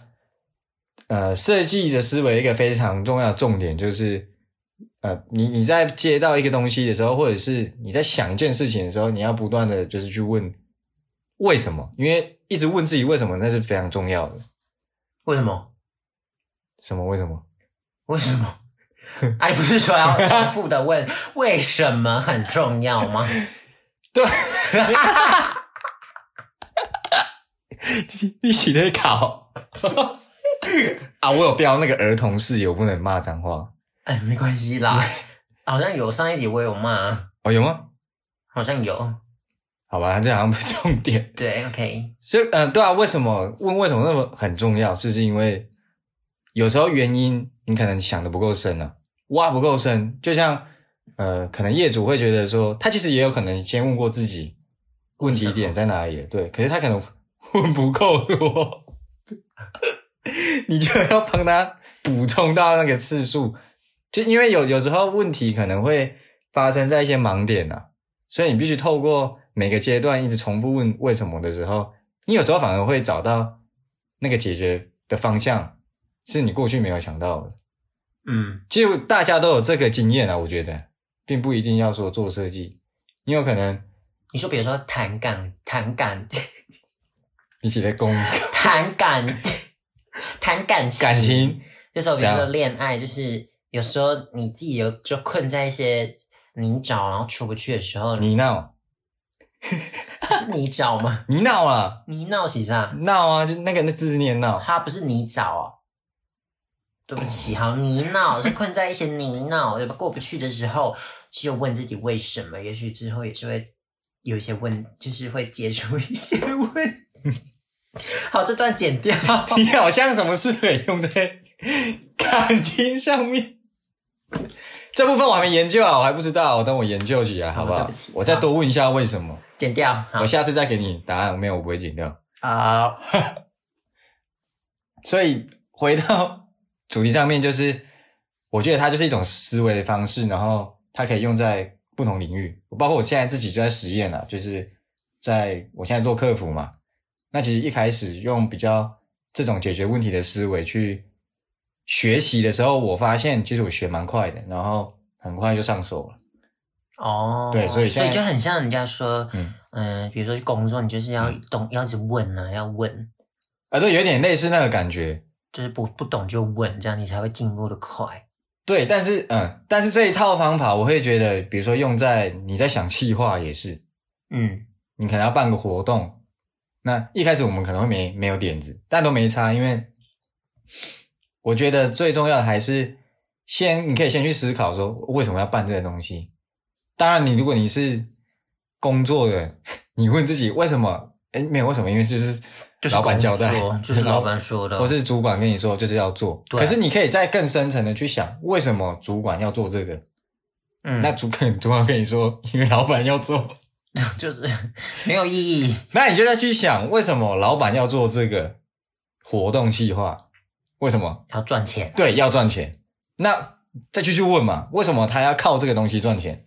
[SPEAKER 2] 呃，设计的思维一个非常重要的重点就是，呃，你你在接到一个东西的时候，或者是你在想一件事情的时候，你要不断的就是去问为什么，因为一直问自己为什么，那是非常重要的。
[SPEAKER 1] 为什么？
[SPEAKER 2] 什么为什么？
[SPEAKER 1] 为什么？ (laughs) 啊，你不是说要重复的
[SPEAKER 2] (laughs)
[SPEAKER 1] 问为什么很重要吗？
[SPEAKER 2] 对，你起在考 (laughs) 啊！我有标那个儿童室友，不能骂脏话
[SPEAKER 1] 哎，没关系啦，
[SPEAKER 2] (laughs)
[SPEAKER 1] 好像有上一集我有骂，啊
[SPEAKER 2] 哦，有吗？
[SPEAKER 1] 好像有。
[SPEAKER 2] 好吧，这好像不是重点。
[SPEAKER 1] 对，OK，
[SPEAKER 2] 所以，嗯、对啊，为什么问为什么那么很重要？就是因为有时候原因你可能想的不够深啊，挖不够深。就像呃，可能业主会觉得说，他其实也有可能先问过自己问题点在哪里了，对，可是他可能问不够多， (laughs) 你就要帮他补充到那个次数。就因为有有时候问题可能会发生在一些盲点啊，所以你必须透过每个阶段一直重复问为什么的时候，你有时候反而会找到那个解决的方向，是你过去没有想到的。
[SPEAKER 1] 嗯，
[SPEAKER 2] 其实大家都有这个经验啊，我觉得，并不一定要说做设计，你有可能
[SPEAKER 1] 你说比如说弹感、弹感、
[SPEAKER 2] 一起在攻 (laughs)
[SPEAKER 1] 弹感、弹感情
[SPEAKER 2] 感情，
[SPEAKER 1] 这时候比如
[SPEAKER 2] 怎
[SPEAKER 1] 说
[SPEAKER 2] 样
[SPEAKER 1] 恋爱，就是有时候你自己有就困在一些泥沼，然后出不去的时候，你
[SPEAKER 2] 你闹，
[SPEAKER 1] 是泥沼吗？
[SPEAKER 2] 你闹啊，
[SPEAKER 1] 泥闹其实啊，
[SPEAKER 2] 闹啊，就那个那字念闹，
[SPEAKER 1] 它不是泥沼哦。对不起，好泥淖，就困在一些泥淖，对吧？过不去的时候，只有问自己为什么，也许之后也是会有一些问，就是会解除一些问。
[SPEAKER 2] (laughs)
[SPEAKER 1] 好，这段剪掉。 (laughs)
[SPEAKER 2] 你好像什么事都用在 (laughs) 感情上面。这部分我还没研究啊，我还不知道，等我研究起来好不
[SPEAKER 1] 对
[SPEAKER 2] 好
[SPEAKER 1] 不起？
[SPEAKER 2] 我再多问一下为什么，
[SPEAKER 1] 剪掉。好啊
[SPEAKER 2] 我，下次再给你答案。没有，我不会剪掉。
[SPEAKER 1] 好
[SPEAKER 2] 所以回到 (laughs) 主题上面，就是我觉得它就是一种思维的方式，然后它可以用在不同领域。包括我现在自己就在实验了、就是在我现在做客服嘛。那其实一开始用比较这种解决问题的思维去学习的时候，我发现其实我学蛮快的，然后很快就上手了。
[SPEAKER 1] 哦，
[SPEAKER 2] 对所以现在
[SPEAKER 1] 就很像人家说，嗯
[SPEAKER 2] 嗯、
[SPEAKER 1] 比如说去工作，你就是要懂，要一直问啊，要问，
[SPEAKER 2] 啊，对，有点类似那个感觉。
[SPEAKER 1] 就是不不懂就问，这样你才会进步的快。
[SPEAKER 2] 对，但是嗯，但是这一套方法，我会觉得，比如说用在你在想气话也是，
[SPEAKER 1] 嗯，
[SPEAKER 2] 你可能要办个活动，那一开始我们可能会没没有点子，但都没差，因为我觉得最重要的还是先你可以先去思考说为什么要办这个东西。当然，你如果你是工作的，你问自己为什么？哎，没有为什么，因为就是
[SPEAKER 1] 就是
[SPEAKER 2] 老板交代啊
[SPEAKER 1] 工作，
[SPEAKER 2] (laughs)
[SPEAKER 1] 就是老板说的，
[SPEAKER 2] 或是主管跟你说就是要做。
[SPEAKER 1] 对
[SPEAKER 2] 可是你可以再更深层的去想，为什么主管要做这个？
[SPEAKER 1] 嗯，
[SPEAKER 2] 那
[SPEAKER 1] 那
[SPEAKER 2] 主管主管跟你说，因为老板要做。
[SPEAKER 1] 就是 (laughs) 没有意义。
[SPEAKER 2] 那你就再去想，为什么老板要做这个活动计划？为什么？
[SPEAKER 1] 要赚钱，
[SPEAKER 2] 对，要赚钱。那再继续问嘛，为什么他要靠这个东西赚钱？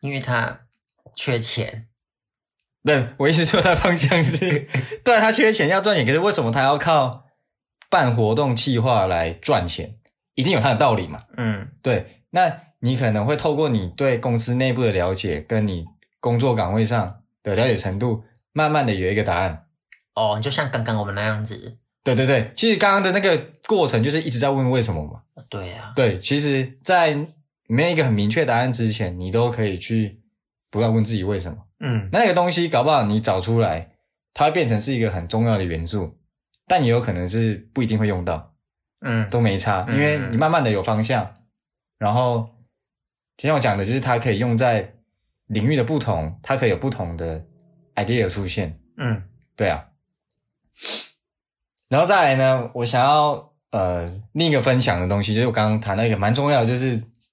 [SPEAKER 1] 因为他缺钱。
[SPEAKER 2] 不，我意思说他方向是，对啊他缺钱要赚钱，可是为什么他要靠办活动计划来赚钱？一定有他的道理嘛。
[SPEAKER 1] 嗯
[SPEAKER 2] 对，那你可能会透过你对公司内部的了解，跟你工作岗位上的了解程度，慢慢的有一个答案。
[SPEAKER 1] 哦，就像刚刚我们那样子，
[SPEAKER 2] 对对对，其实刚刚的那个过程就是一直在问为什么嘛。
[SPEAKER 1] 对啊，
[SPEAKER 2] 对，其实，在没有一个很明确答案之前，你都可以去不断问自己为什么。
[SPEAKER 1] 嗯，
[SPEAKER 2] 那个东西搞不好你找出来，它会变成是一个很重要的元素，但也有可能是不一定会用到，
[SPEAKER 1] 嗯，
[SPEAKER 2] 都没差，因为你慢慢的有方向，然后就像我讲的，就是它可以用在领域的不同，它可以有不同的 idea 出现。
[SPEAKER 1] 嗯，
[SPEAKER 2] 对啊。然后再来呢，我想要呃另一个分享的东西，就是我刚刚谈到一个蛮重要的，就是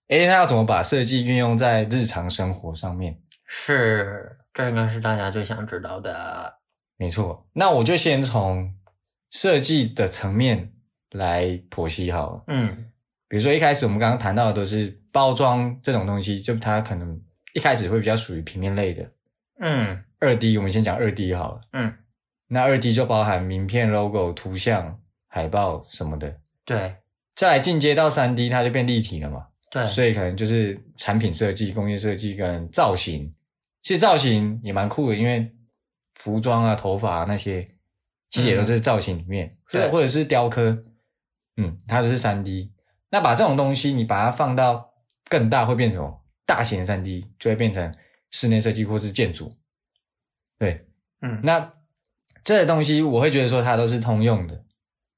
[SPEAKER 2] 诶，那要怎么把设计运用在日常生活上面？
[SPEAKER 1] 是，这应该是大家最想知道的。
[SPEAKER 2] 没错，那我就先从设计的层面来剖析好了。
[SPEAKER 1] 嗯
[SPEAKER 2] 比如说一开始我们刚刚谈到的都是包装这种东西，就它可能一开始会比较属于平面类的。
[SPEAKER 1] 嗯
[SPEAKER 2] 二 D，我们先讲二 D 好了。
[SPEAKER 1] 嗯
[SPEAKER 2] 那二 D 就包含名片、logo、图像、海报什么的。
[SPEAKER 1] 对
[SPEAKER 2] 再来进阶到三 D，它就变立体了嘛。
[SPEAKER 1] 对，
[SPEAKER 2] 所以可能就是产品设计、工业设计跟造型。其实造型也蛮酷的，因为服装啊、头发、啊、那些，其实也都是造型里面，
[SPEAKER 1] 对
[SPEAKER 2] 对、或者是雕刻，嗯，它就是三 D。那把这种东西，你把它放到更大，会变成什么？大型的三 D 就会变成室内设计或是建筑。对，
[SPEAKER 1] 嗯，
[SPEAKER 2] 那这些东西我会觉得说它都是通用的，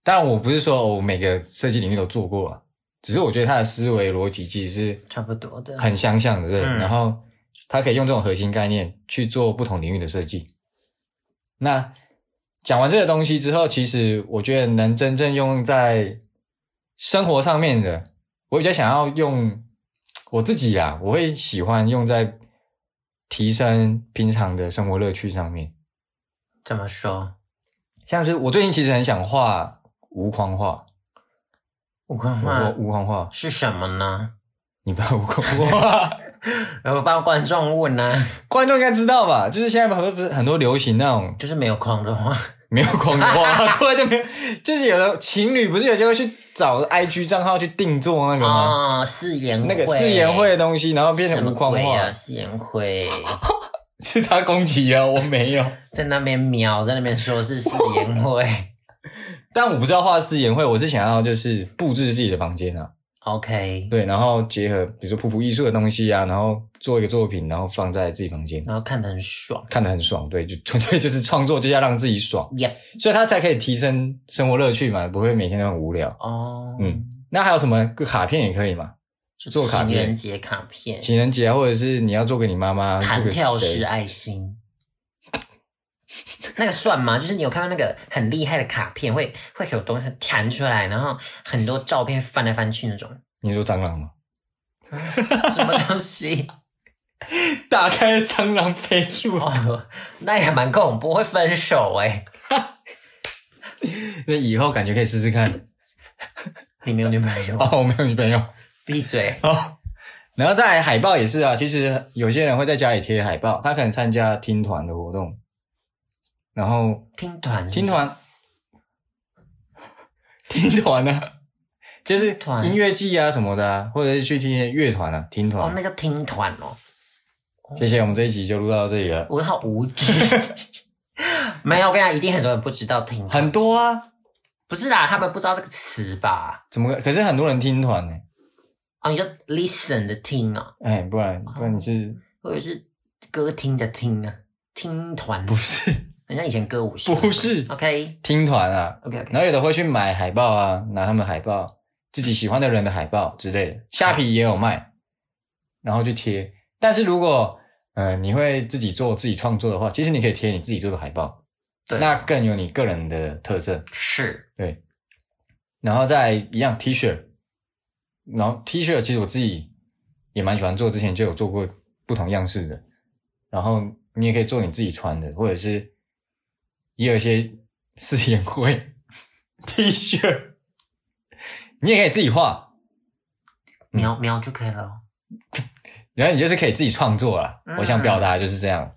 [SPEAKER 2] 当然我不是说哦我每个设计领域都做过啊，只是我觉得它的思维逻辑其实
[SPEAKER 1] 差不多的
[SPEAKER 2] 是，很相像的，对。
[SPEAKER 1] 嗯
[SPEAKER 2] 然后它可以用这种核心概念去做不同领域的设计。那讲完这个东西之后，其实我觉得能真正用在生活上面的，我比较想要用我自己啦，我会喜欢用在提升平常的生活乐趣上面。
[SPEAKER 1] 怎么说？
[SPEAKER 2] 像是我最近其实很想画无框画，
[SPEAKER 1] 我看
[SPEAKER 2] 我
[SPEAKER 1] 画
[SPEAKER 2] 无框画，
[SPEAKER 1] 是什么呢？ (laughs)
[SPEAKER 2] 你不要无框画，
[SPEAKER 1] 我帮观众问啊呢、
[SPEAKER 2] 观众应该知道吧？就是现在很多不是很多流行那种
[SPEAKER 1] 就是没有框的
[SPEAKER 2] (laughs)
[SPEAKER 1] 话，
[SPEAKER 2] 没有框的
[SPEAKER 1] (laughs)
[SPEAKER 2] 画，突然就没有，就是有的情侣不是有些会去找 IG 账号去定做那个吗？
[SPEAKER 1] 哦，誓言
[SPEAKER 2] 那个誓言会的东西，然后变
[SPEAKER 1] 什
[SPEAKER 2] 成
[SPEAKER 1] 么
[SPEAKER 2] 无框
[SPEAKER 1] 鬼
[SPEAKER 2] 画，
[SPEAKER 1] 啊？誓言会
[SPEAKER 2] 是他攻击啊，我没有，
[SPEAKER 1] 在那边瞄，在那边说是誓言会。
[SPEAKER 2] 但我不是要画誓言会，我是想要就是布置自己的房间啊，
[SPEAKER 1] (laughs) OK，
[SPEAKER 2] 对，然后结合比如说普普艺术的东西啊，然后做一个作品，然后放在自己房间，
[SPEAKER 1] 然后看得很爽。
[SPEAKER 2] 看得很爽，对，就 (laughs) 纯粹就是创作就是要让自己爽，
[SPEAKER 1] Yep，
[SPEAKER 2] 所以他才可以提升生活乐趣嘛，不会每天都很无聊。
[SPEAKER 1] 哦，
[SPEAKER 2] 嗯，那还有什么卡片也可以嘛？
[SPEAKER 1] 就
[SPEAKER 2] 做卡片
[SPEAKER 1] 情人节卡片，
[SPEAKER 2] 情人节啊，或者是你要做给你妈妈，做
[SPEAKER 1] 弹
[SPEAKER 2] 给
[SPEAKER 1] 跳式啊
[SPEAKER 2] 谁？
[SPEAKER 1] 爱心。 (laughs) 那个算吗？就是你有看到那个很厉害的卡片，会会有东西弹出来，然后很多照片翻来翻去那
[SPEAKER 2] (laughs)
[SPEAKER 1] 种，
[SPEAKER 2] 你说蟑螂吗？
[SPEAKER 1] 什么东西？
[SPEAKER 2] 打开蟑螂飞出来，
[SPEAKER 1] 哦，那也蛮恐怖，会分手哎、
[SPEAKER 2] 那以后感觉可以试试看。 (laughs)
[SPEAKER 1] 你没有女朋友？
[SPEAKER 2] 哦，我没有女朋友。
[SPEAKER 1] 闭嘴！
[SPEAKER 2] 哦，然后再来海报也是啊，其实有些人会在家里贴海报，他可能参加听团的活动，然后
[SPEAKER 1] 听团，
[SPEAKER 2] 听，团，听团呢、啊，就是
[SPEAKER 1] 团
[SPEAKER 2] 音乐季啊什么的、啊，或者是去听乐团啊，听团。
[SPEAKER 1] 哦，那叫听团哦，
[SPEAKER 2] 谢谢，我们这一集就录到这里了。
[SPEAKER 1] 我好无知。 (laughs) 没有，我跟你讲，一定很多人不知道听团，
[SPEAKER 2] 很多啊，
[SPEAKER 1] 不是啦，他们不知道这个词吧？
[SPEAKER 2] 怎么个？可是很多人听团呢、
[SPEAKER 1] 哦，你就 listen 的听哦，
[SPEAKER 2] 哎，不然不然你是
[SPEAKER 1] 或者是歌厅的听啊，听团
[SPEAKER 2] 不，是
[SPEAKER 1] 人家以前歌舞社
[SPEAKER 2] 不是
[SPEAKER 1] OK
[SPEAKER 2] 听团啊？
[SPEAKER 1] OK OK，
[SPEAKER 2] 然后有的会去买海报啊，拿他们海报，自己喜欢的人的海报之类的，虾皮也有卖，然后去贴。但是如果呃你会自己做自己创作的话，其实你可以贴你自己做的海报，
[SPEAKER 1] 对，
[SPEAKER 2] 那更有你个人的特色。
[SPEAKER 1] 是
[SPEAKER 2] 对，然后再一样 T 恤，然后 T 恤其实我自己也蛮喜欢做，之前就有做过不同样式的，然后你也可以做你自己穿的，或者是也有一些四眼会 (laughs) T 恤，你也可以自己画，嗯
[SPEAKER 1] 瞄瞄就可以了哦。
[SPEAKER 2] 然后你就是可以自己创作啦。我想表达就是这样。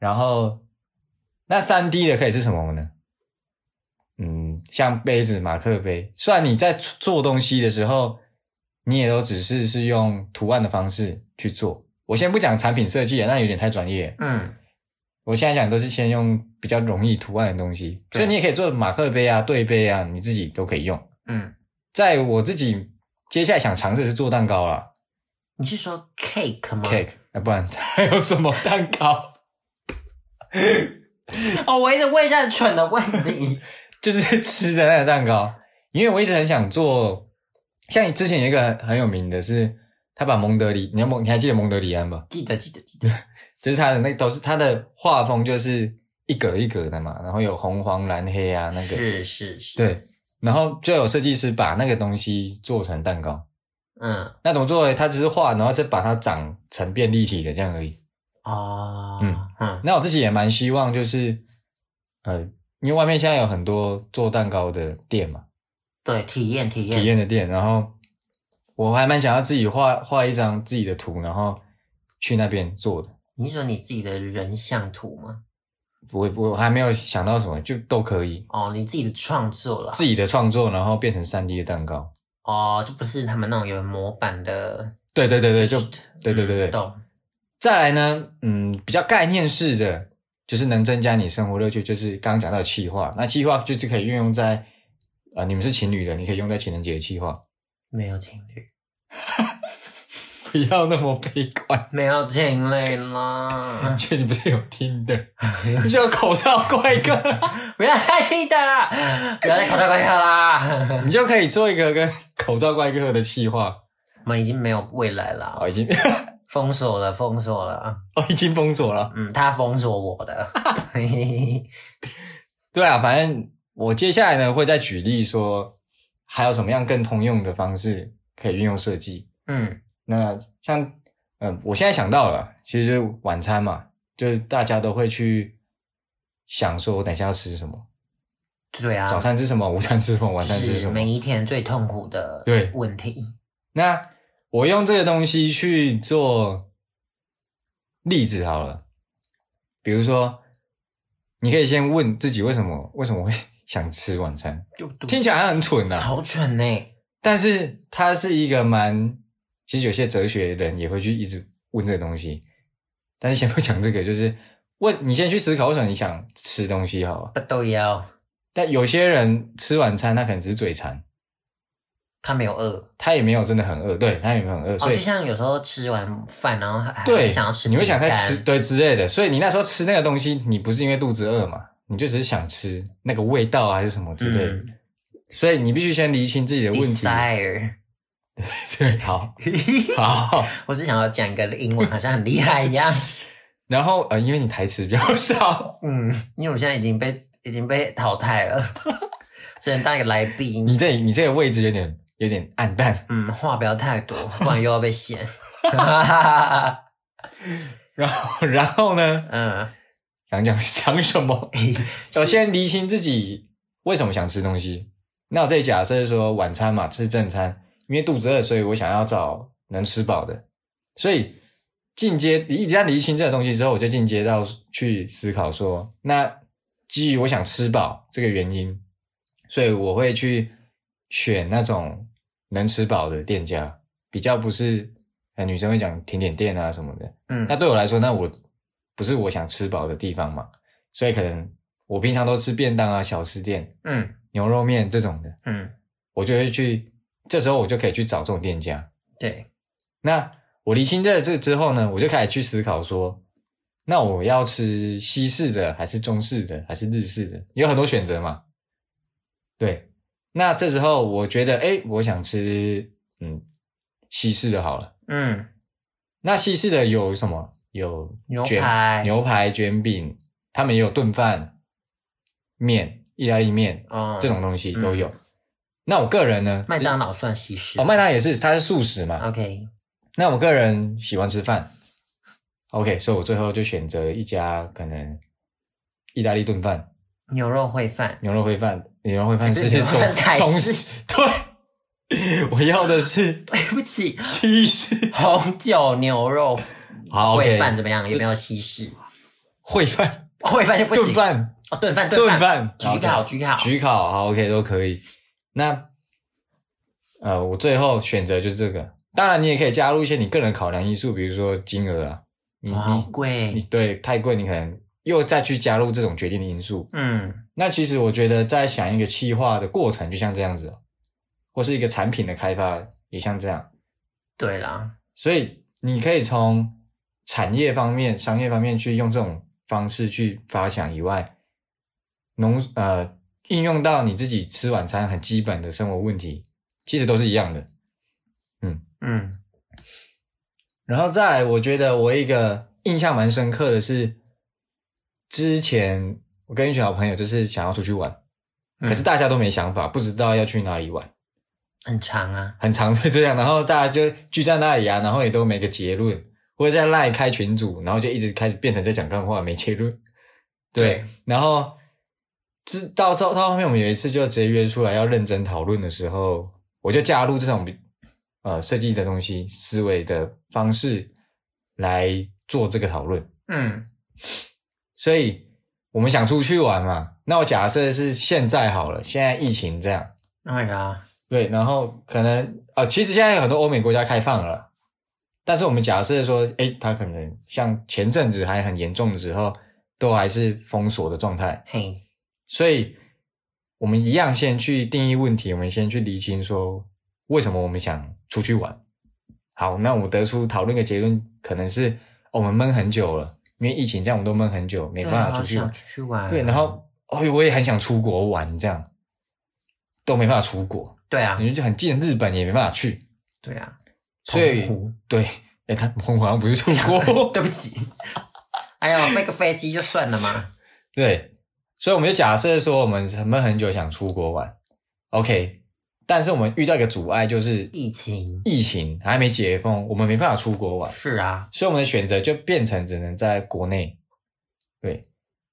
[SPEAKER 2] 然后那三 D 的可以是什么呢？嗯，像杯子、马克杯。虽然你在做东西的时候，你也都只是是用图案的方式去做。我先不讲产品设计啊了，那有点太专业。
[SPEAKER 1] 嗯，
[SPEAKER 2] 我现在讲都是先用比较容易图案的东西，
[SPEAKER 1] 对
[SPEAKER 2] 所以你也可以做马克杯啊、对杯啊，你自己都可以用。
[SPEAKER 1] 嗯，
[SPEAKER 2] 在我自己接下来想尝试的是做蛋糕啦，
[SPEAKER 1] 你是说 cake 吗
[SPEAKER 2] cake，那不然 (laughs) 还有什么蛋糕？
[SPEAKER 1] 哦，我一直问一下蠢的问
[SPEAKER 2] (laughs)
[SPEAKER 1] 题。
[SPEAKER 2] 就是吃的那个蛋糕，因为我一直很想做，像之前有一个很很有名的是，他把蒙德里，你要蒙，你还记得蒙德里安吧？
[SPEAKER 1] 记得记得记得，
[SPEAKER 2] 就是他的那都是他的画风，就是一格一格的嘛，然后有红黄蓝黑啊那个，
[SPEAKER 1] 是是是，，
[SPEAKER 2] 对，然后就有设计师把那个东西做成蛋糕，
[SPEAKER 1] 嗯
[SPEAKER 2] 那怎么做呢？他只是画，然后再把它长成变立体的这样而已。
[SPEAKER 1] 哦，
[SPEAKER 2] 嗯
[SPEAKER 1] 嗯
[SPEAKER 2] 那我自己也蛮希望，就是呃，因为外面现在有很多做蛋糕的店嘛，
[SPEAKER 1] 对，体验体验
[SPEAKER 2] 体验的店，然后我还蛮想要自己画画一张自己的图，然后去那边做的。
[SPEAKER 1] 你是说你自己的人像图吗？
[SPEAKER 2] 我我还没有想到什么，就都可以
[SPEAKER 1] 哦，你自己的创作啦
[SPEAKER 2] 自，己的创作，然后变成三 D 的蛋糕。
[SPEAKER 1] 哦，就不是他们那种有模板的，嗯
[SPEAKER 2] 对对对对，就对对对对。
[SPEAKER 1] 懂
[SPEAKER 2] 再来呢，嗯，比较概念式的，就是能增加你生活乐趣，就是刚刚讲到的气化。那气化就是可以运用在，啊、你们是情侣的，你可以用在情人节的气化。
[SPEAKER 1] 没有情侣，
[SPEAKER 2] (laughs) 不要那么悲观，
[SPEAKER 1] 没有情侣
[SPEAKER 2] (laughs)
[SPEAKER 1] 啦，
[SPEAKER 2] 确定不是有听的，你就有口罩怪哥，
[SPEAKER 1] 不要再听的啦，不要再口罩怪客啦，
[SPEAKER 2] (laughs) 你就可以做一个跟口罩怪哥的气化。
[SPEAKER 1] 我们已经没有未来啦，
[SPEAKER 2] (laughs) 哦，已经 (laughs)
[SPEAKER 1] 封锁了，封锁了，
[SPEAKER 2] 哦已经封锁了。
[SPEAKER 1] 嗯，他封锁我的， (laughs) 嘿嘿嘿
[SPEAKER 2] 对啊，反正我接下来呢会再举例说，还有什么样更通用的方式可以运用设计。
[SPEAKER 1] 嗯，
[SPEAKER 2] 那像嗯、呃我现在想到了，其实就是晚餐嘛，就是大家都会去想说，我等一下要吃什么，
[SPEAKER 1] 对啊，
[SPEAKER 2] 早餐吃什么，午餐吃什么，晚
[SPEAKER 1] 就
[SPEAKER 2] 餐吃
[SPEAKER 1] 是
[SPEAKER 2] 什么
[SPEAKER 1] 每。一天最痛苦的
[SPEAKER 2] 对
[SPEAKER 1] 问题，
[SPEAKER 2] 那我用这个东西去做例子好了，比如说，你可以先问自己为什么为什么会 (laughs) 想吃晚餐，
[SPEAKER 1] 就
[SPEAKER 2] 听起来还很蠢呐、
[SPEAKER 1] 好蠢呢、
[SPEAKER 2] 但是它是一个蛮，其实有些哲学人也会去一直问这个东西，但是先不讲这个，就是问你先去思考为什么你想吃东西好了。
[SPEAKER 1] 不都要，
[SPEAKER 2] 但有些人吃晚餐，他可能只是嘴馋，
[SPEAKER 1] 他没有饿。
[SPEAKER 2] 他也没有真的很饿，对他也没有很饿，
[SPEAKER 1] 哦，
[SPEAKER 2] 所以、
[SPEAKER 1] 就像有时候吃完饭，然后还还
[SPEAKER 2] 对
[SPEAKER 1] 会想要吃，
[SPEAKER 2] 你会想再吃，对之类的，所以你那时候吃那个东西，你不是因为肚子饿嘛，你就只是想吃那个味道啊还是什么之类的，
[SPEAKER 1] 嗯
[SPEAKER 2] 所以你必须先厘清自己的问题。 (laughs)
[SPEAKER 1] desire。
[SPEAKER 2] 对， (laughs) 好，好。
[SPEAKER 1] 我只想要讲一个英文，好像很厉害一
[SPEAKER 2] (laughs)
[SPEAKER 1] 样。
[SPEAKER 2] 然后呃，因为你台词比较少， (laughs)
[SPEAKER 1] 嗯，因为我现在已经被已经被淘汰了，只能当一个来宾。
[SPEAKER 2] 你这你这个位置有点有点暗淡。
[SPEAKER 1] 嗯，话不要太多，不然又要被嫌。 (laughs)
[SPEAKER 2] 然后然后呢，
[SPEAKER 1] 嗯， (laughs)
[SPEAKER 2] 想讲想什么？首先厘清自己为什么想吃东西。那我这里假设是说晚餐嘛，吃正餐，因为肚子饿，所以我想要找能吃饱的。所以进阶一旦厘清这个东西之后，我就进阶到去思考说，那基于我想吃饱这个原因，所以我会去选那种能吃饱的店家，比较不是呃女生会讲甜点店啊什么的。
[SPEAKER 1] 嗯
[SPEAKER 2] 那对我来说，那我不是我想吃饱的地方嘛，所以可能我平常都吃便当啊、小吃店、
[SPEAKER 1] 嗯
[SPEAKER 2] 牛肉面这种的，
[SPEAKER 1] 嗯，
[SPEAKER 2] 我就会去，这时候我就可以去找这种店家。
[SPEAKER 1] 对，
[SPEAKER 2] 那我厘清这这之后呢，我就开始去思考说，那我要吃西式的还是中式的还是日式的？有很多选择嘛。对，那这时候我觉得，哎，我想吃嗯西式的好了。
[SPEAKER 1] 嗯，
[SPEAKER 2] 那西式的有什么？有
[SPEAKER 1] 牛
[SPEAKER 2] 卷
[SPEAKER 1] 排
[SPEAKER 2] 牛排、卷饼，他们也有炖饭、面、意大利面、
[SPEAKER 1] 哦，
[SPEAKER 2] 这种东西都有。那我个人呢，
[SPEAKER 1] 麦当嗯劳算西式
[SPEAKER 2] 哦，麦当劳也是，它是素食嘛。
[SPEAKER 1] OK，
[SPEAKER 2] 那我个人喜欢吃饭，OK，所以我最后就选择一家可能意大利炖饭、
[SPEAKER 1] 牛肉烩饭， (laughs)
[SPEAKER 2] 牛肉烩饭。牛肉烩饭是
[SPEAKER 1] 哎可是牛
[SPEAKER 2] 中
[SPEAKER 1] 肉饭是台式
[SPEAKER 2] 中式， (laughs) 对，我要的是
[SPEAKER 1] 对不
[SPEAKER 2] (laughs)
[SPEAKER 1] 起，
[SPEAKER 2] 西式。
[SPEAKER 1] 红酒牛肉
[SPEAKER 2] 好
[SPEAKER 1] 烩
[SPEAKER 2] ，OK，
[SPEAKER 1] 饭怎么样？有没有西式？
[SPEAKER 2] 烩饭、
[SPEAKER 1] 烩饭就不
[SPEAKER 2] 炖
[SPEAKER 1] 行，
[SPEAKER 2] 饭、
[SPEAKER 1] 哦，炖饭，
[SPEAKER 2] 炖
[SPEAKER 1] 饭，
[SPEAKER 2] 饭、
[SPEAKER 1] 焗烤，焗烤，
[SPEAKER 2] 焗烤，好，OK，都可以。那呃，我最后选择就是这个。当然，你也可以加入一些你个人考量因素，比如说金额啊，你
[SPEAKER 1] 哇好
[SPEAKER 2] 你你
[SPEAKER 1] 贵，
[SPEAKER 2] 对太贵，你可能又再去加入这种决定的因素。
[SPEAKER 1] 嗯
[SPEAKER 2] 那其实我觉得，在想一个企划的过程，就像这样子哦，或是一个产品的开发也像这样。，
[SPEAKER 1] 对啦，
[SPEAKER 2] 所以你可以从产业方面、商业方面去用这种方式去发想以外，农呃应用到你自己吃晚餐很基本的生活问题，其实都是一样的。
[SPEAKER 1] 嗯
[SPEAKER 2] 然后再来，我觉得我一个印象蛮深刻的是，之前我跟一群好朋友就是想要出去玩，
[SPEAKER 1] 嗯
[SPEAKER 2] 可是大家都没想法，不知道要去哪里玩，
[SPEAKER 1] 很长啊，
[SPEAKER 2] 很常会这样。然后大家就聚在那里啊，然后也都没个结论，或者在赖开群组，然后就一直开始变成在讲干话，没结论。对
[SPEAKER 1] 对，
[SPEAKER 2] 然后知到到到后面，我们有一次就直接约出来要认真讨论的时候，我就加入这种比呃设计的东西思维的方式来做这个讨论，
[SPEAKER 1] 嗯
[SPEAKER 2] 所以我们想出去玩嘛，那我假设是现在好了，现在疫情这样，
[SPEAKER 1] 哎呀，
[SPEAKER 2] 对，然后可能啊、呃其实现在有很多欧美国家开放了，但是我们假设说，诶，它可能像前阵子还很严重的时候，都还是封锁的状态，
[SPEAKER 1] 嘿，
[SPEAKER 2] 所以我们一样先去定义问题，我们先去厘清说为什么我们想出去玩。好，那我得出讨论一个结论，可能是、哦我们闷很久了，因为疫情这样我们都闷很久，没
[SPEAKER 1] 对
[SPEAKER 2] 办
[SPEAKER 1] 啊
[SPEAKER 2] 法
[SPEAKER 1] 好
[SPEAKER 2] 出去玩
[SPEAKER 1] 想。出去玩，啊
[SPEAKER 2] 对，然后哦，我也很想出国玩，这样都没办法出国，
[SPEAKER 1] 对啊，
[SPEAKER 2] 你就很近日本也没办法去，
[SPEAKER 1] 对啊，
[SPEAKER 2] 所以
[SPEAKER 1] 澎湖
[SPEAKER 2] 对，哎，他澎湖好像不是出 (laughs) 国，
[SPEAKER 1] 对不起，哎呦，飞个飞机就算了嘛，
[SPEAKER 2] 对，所以我们就假设说我们很闷很久想出国玩，OK，但是我们遇到一个阻碍就是
[SPEAKER 1] 疫情
[SPEAKER 2] 疫情还没解封，我们没办法出国玩，
[SPEAKER 1] 是啊，
[SPEAKER 2] 所以我们的选择就变成只能在国内。对，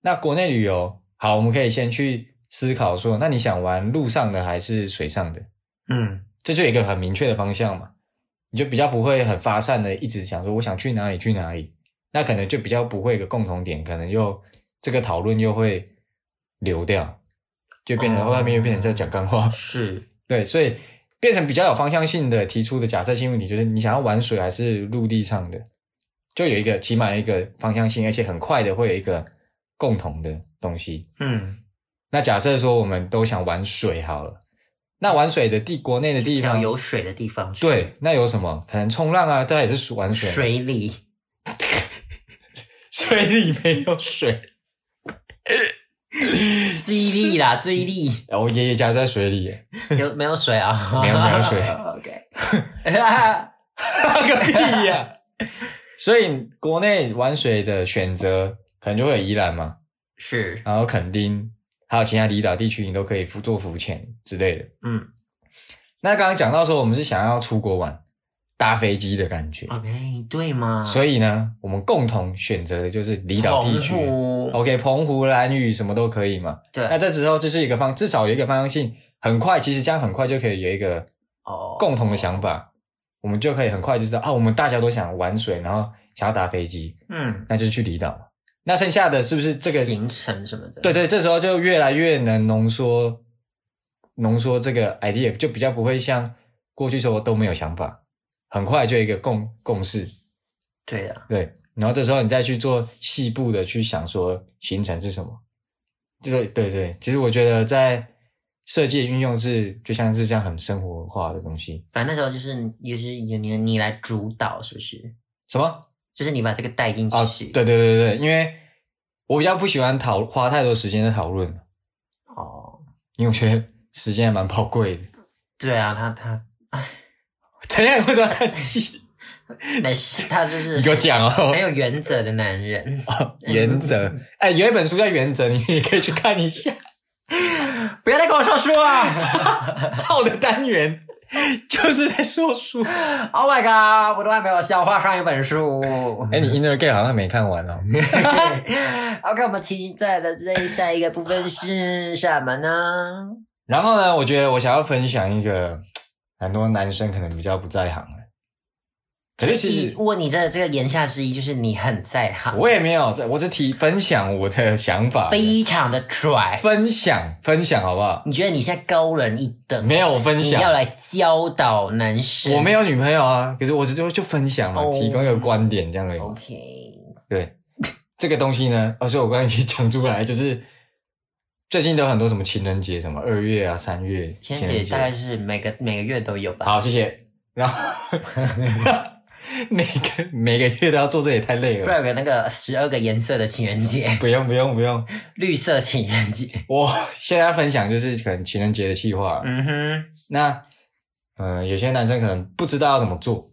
[SPEAKER 2] 那国内旅游好，我们可以先去思考说，那你想玩陆上的还是水上的？
[SPEAKER 1] 嗯，
[SPEAKER 2] 这就有一个很明确的方向嘛，你就比较不会很发散的一直想说我想去哪里去哪里，那可能就比较不会有一个共同点，可能又这个讨论又会流掉，就变成
[SPEAKER 1] 哦
[SPEAKER 2] 后面又变成在讲干话，
[SPEAKER 1] 是
[SPEAKER 2] (laughs) 对，所以变成比较有方向性的提出的假设性问题，就是你想要玩水还是陆地上的，就有一个起码有一个方向性，而且很快的会有一个共同的东西，
[SPEAKER 1] 嗯，
[SPEAKER 2] 那假设说我们都想玩水好了，那玩水的地国内的地
[SPEAKER 1] 要
[SPEAKER 2] 方
[SPEAKER 1] 有水的地方去，
[SPEAKER 2] 对，那有什么？可能冲浪啊，它也是水玩水。
[SPEAKER 1] 水里
[SPEAKER 2] (laughs) 水里没有水，
[SPEAKER 1] 注意力啦，注意力
[SPEAKER 2] 我爷爷家在水里耶， (laughs)
[SPEAKER 1] 有没有水啊？
[SPEAKER 2] 没有没有水 (laughs)
[SPEAKER 1] ，OK，
[SPEAKER 2] 个屁呀、 (laughs) 所以国内玩水的选择可能就会有宜兰嘛，
[SPEAKER 1] 是，
[SPEAKER 2] 然后垦丁，还有其他离岛地区，你都可以浮做浮潜之类的。
[SPEAKER 1] 嗯
[SPEAKER 2] 那刚刚讲到说，我们是想要出国玩，搭飞机的感
[SPEAKER 1] 啊
[SPEAKER 2] 觉，
[SPEAKER 1] ，OK，对吗？
[SPEAKER 2] 所以呢，我们共同选择的就是离岛地区。
[SPEAKER 1] 澎湖
[SPEAKER 2] OK，澎湖、蓝屿什么都可以嘛。那
[SPEAKER 1] 对，
[SPEAKER 2] 这时候这是一个方，至少有一个方向性，很快，其实这样很快就可以有一个
[SPEAKER 1] 哦
[SPEAKER 2] 共同的想法，我们就可以很快就知道啊，我们大家都想玩水，然后想要搭飞机，
[SPEAKER 1] 嗯，
[SPEAKER 2] 那就去离岛嘛。那剩下的是不是这个？
[SPEAKER 1] 行程什么的，
[SPEAKER 2] 对对，这时候就越来越能浓缩，浓缩这个 idea，就比较不会像过去时候都没有想法，很快就有一个共共识。
[SPEAKER 1] 对啊，
[SPEAKER 2] 对，然后这时候你再去做细部的去想说行程是什么。对对对，其实我觉得在设计的运用是就像是这样很生活化的东西。
[SPEAKER 1] 反正那时候就是也是由你你来主导，是不是？
[SPEAKER 2] 什么？
[SPEAKER 1] 就是你把这个带进
[SPEAKER 2] 哦，
[SPEAKER 1] 去，
[SPEAKER 2] 对对对对，因为我比较不喜欢讨花太多时间在讨论，
[SPEAKER 1] 哦，
[SPEAKER 2] 因为我觉得时间还蛮宝贵的。
[SPEAKER 1] 对啊，他他
[SPEAKER 2] 怎样？为什么要叹 (laughs) 气？
[SPEAKER 1] 没事，他就是
[SPEAKER 2] (laughs) 你给我讲哦
[SPEAKER 1] 很。有原则的男人，
[SPEAKER 2] 原则，哎，有一本书叫《原则》，你也可以去看一下。 (laughs)
[SPEAKER 1] 不要再跟我说书了
[SPEAKER 2] 好的单元就是在说书。
[SPEAKER 1] ！Oh my god，我都还没有消化上一本书。
[SPEAKER 2] (laughs)
[SPEAKER 1] (laughs)
[SPEAKER 2] 哎，你《Inner Game》好像没看完哦。
[SPEAKER 1] (laughs) OK，我们期待的这下一个部分是什么呢？
[SPEAKER 2] 然后呢，我觉得我想要分享一个很多男生可能比较不在行的，可是其
[SPEAKER 1] 你
[SPEAKER 2] 实
[SPEAKER 1] 问你这这个言下之意就是你很在行，
[SPEAKER 2] 我也没有在，我只提分享我的想法，
[SPEAKER 1] 非常的拽。
[SPEAKER 2] 分享分享好不好？
[SPEAKER 1] 你觉得你现在高人一等？
[SPEAKER 2] 没有分
[SPEAKER 1] 你
[SPEAKER 2] 享
[SPEAKER 1] 要，来教导男生。
[SPEAKER 2] 我没有女朋友啊，可是我只就就分享嘛，
[SPEAKER 1] 哦
[SPEAKER 2] 提供一个观点这样而已。
[SPEAKER 1] OK，
[SPEAKER 2] 对，这个东西呢，而、哦、且我刚才已经讲出来，就是最近都有很多什么情人节，什么二月啊、三月
[SPEAKER 1] 情人节大概是每个每个月都有吧。
[SPEAKER 2] 好，谢谢。然后 (laughs) 每个每个月都要做，这也太累
[SPEAKER 1] 不
[SPEAKER 2] 了
[SPEAKER 1] 然。有个那个十二个颜色的情人节， (laughs)
[SPEAKER 2] 不用不用不用，
[SPEAKER 1] 绿色情人节。
[SPEAKER 2] 我现在分享就是可能情人节的计划。
[SPEAKER 1] 嗯哼，
[SPEAKER 2] 那呃，有些男生可能不知道要怎么做，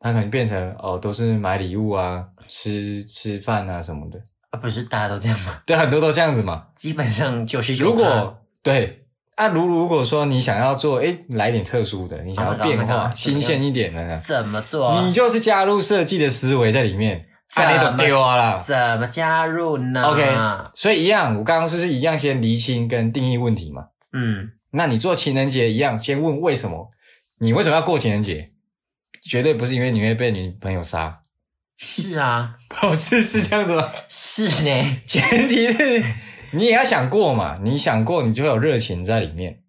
[SPEAKER 2] 他可能变成哦都是买礼物啊、吃吃饭啊什么的。
[SPEAKER 1] 啊，不是大家都这样吗？
[SPEAKER 2] 对，很多都这样子嘛。
[SPEAKER 1] 基本上就是
[SPEAKER 2] 如果对，啊如如果说你想要做，诶，来点特殊的，你想要
[SPEAKER 1] Oh my god,
[SPEAKER 2] 变
[SPEAKER 1] oh my
[SPEAKER 2] 化、
[SPEAKER 1] god，
[SPEAKER 2] 新鲜一点的呢，
[SPEAKER 1] 怎么做，
[SPEAKER 2] 你就是加入设计的思维在里面，
[SPEAKER 1] 怎
[SPEAKER 2] 啊，你都
[SPEAKER 1] 么
[SPEAKER 2] 丢啊啦。
[SPEAKER 1] 怎么加入呢
[SPEAKER 2] OK，所以一样，我刚刚是不是一样先厘清跟定义问题嘛？
[SPEAKER 1] 嗯，
[SPEAKER 2] 那你做情人节一样，先问为什么？你为什么要过情人节？绝对不是因为你会被女朋友杀，
[SPEAKER 1] 是啊，
[SPEAKER 2] 哦，是是这样子吗？
[SPEAKER 1] 是呢，
[SPEAKER 2] 前提是你也要想过嘛，你想过，你就会有热情在里面，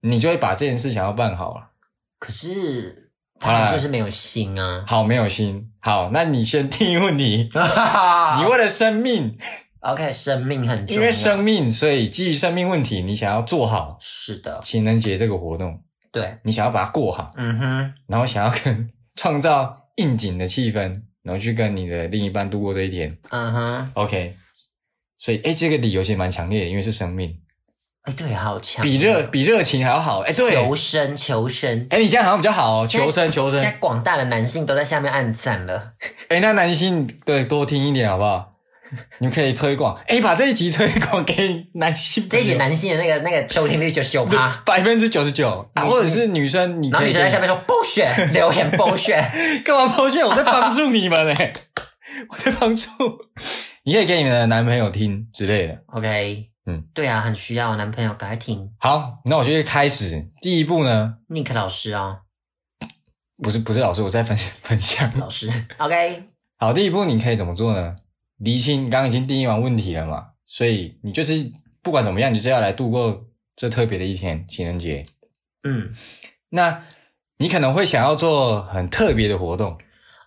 [SPEAKER 2] 你就会把这件事想要办好了。
[SPEAKER 1] 可是
[SPEAKER 2] 好
[SPEAKER 1] 他
[SPEAKER 2] 啦
[SPEAKER 1] 们就是没有心啊。
[SPEAKER 2] 好，没有心。好，那你先定义问题，你为了生命，
[SPEAKER 1] OK，生命很重要，
[SPEAKER 2] 因为生命，所以基于生命问题，你想要做好
[SPEAKER 1] 是的，
[SPEAKER 2] 情人节这个活动，
[SPEAKER 1] 对，
[SPEAKER 2] 你想要把它过好，
[SPEAKER 1] 嗯哼，
[SPEAKER 2] 然后想要跟创造应景的气氛， (laughs) 然后去跟你的另一半度过这一天。
[SPEAKER 1] 嗯哼，
[SPEAKER 2] OK，所以哎，这个理由其实蛮强烈的，因为是
[SPEAKER 1] (laughs)
[SPEAKER 2] 生命，
[SPEAKER 1] 哎，对，好强，
[SPEAKER 2] 比热比热情还要好。哎，对，
[SPEAKER 1] 求生，求生。
[SPEAKER 2] 哎，你这样好像比较
[SPEAKER 1] (laughs)
[SPEAKER 2] 好、哦，求生求生
[SPEAKER 1] 现。在广大的男性都在下面暗赞了，
[SPEAKER 2] 哎，那男性对多听一点好不好？ (laughs) 你们可以推广，哎，把这一集推广给男性朋
[SPEAKER 1] 这
[SPEAKER 2] 友，
[SPEAKER 1] 一点男性的那个那个收听率九十九趴，
[SPEAKER 2] 百分之九十九啊，或者是女生，你
[SPEAKER 1] 然
[SPEAKER 2] 可
[SPEAKER 1] 后
[SPEAKER 2] 以
[SPEAKER 1] 女生在下面说剥削，留言剥削，
[SPEAKER 2] (laughs) 干嘛抛线？我在帮助你们呢、哎 (laughs) 我在帮助。 (laughs) 你可以给你的男朋友听之类的。
[SPEAKER 1] OK，
[SPEAKER 2] 嗯
[SPEAKER 1] 嗯，对啊，很需要男朋友，赶快听
[SPEAKER 2] 好，那我就开始。第一步呢，
[SPEAKER 1] Nick 老师啊、
[SPEAKER 2] 不是不是老师，我在分享分享。 (laughs)
[SPEAKER 1] 老师，OK，
[SPEAKER 2] 好，第一步你可以怎么做呢？厘清，刚刚已经定义完问题了嘛，所以你就是不管怎么样，你就是要来度过这特别的一天，情人节。
[SPEAKER 1] 嗯
[SPEAKER 2] 那你可能会想要做很特别的活动，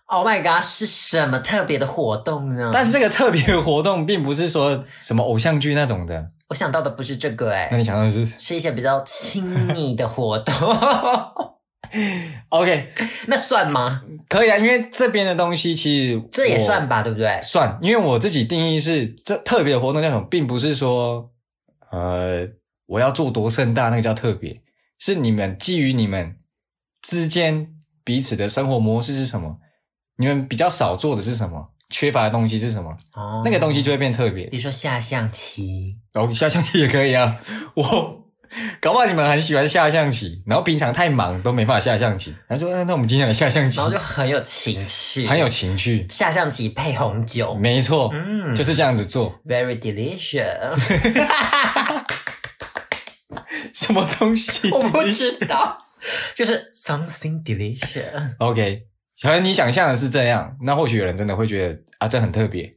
[SPEAKER 1] ，Oh my God，是什么特别的活动呢？
[SPEAKER 2] 但是这个特别的活动并不是说什么偶像剧那种的。
[SPEAKER 1] 我想到的不是这个、欸，
[SPEAKER 2] 那你想到的是
[SPEAKER 1] 是一些比较亲密的活动， (laughs)
[SPEAKER 2] OK，
[SPEAKER 1] 那算吗？
[SPEAKER 2] 可以啊，因为这边的东西其实
[SPEAKER 1] 这也
[SPEAKER 2] 我
[SPEAKER 1] 算吧，对不对？
[SPEAKER 2] 算，因为我自己定义是这特别的活动叫什么，并不是说呃我要做多盛大，那个叫特别，是你们基于你们之间彼此的生活模式是什么，你们比较少做的是什么，缺乏的东西是什么，
[SPEAKER 1] 哦
[SPEAKER 2] 那个东西就会变特别
[SPEAKER 1] 比。如说下象棋，
[SPEAKER 2] 然后哦下象棋也可以啊， (laughs) 我。搞不好你们很喜欢下象棋，然后平常太忙都没办法下象棋。他说：“哎那我们今天来下象棋
[SPEAKER 1] 然，后就很有情趣，
[SPEAKER 2] 很有情趣。”
[SPEAKER 1] 下象棋配红酒，
[SPEAKER 2] 没错，
[SPEAKER 1] 嗯
[SPEAKER 2] 就是这样子做。
[SPEAKER 1] ，very delicious，
[SPEAKER 2] (laughs) 什么东 (laughs) 西？
[SPEAKER 1] 我不知道，就是 something delicious，
[SPEAKER 2] OK，可能你想象的是这样，那或许有人真的会觉得啊，这很特别。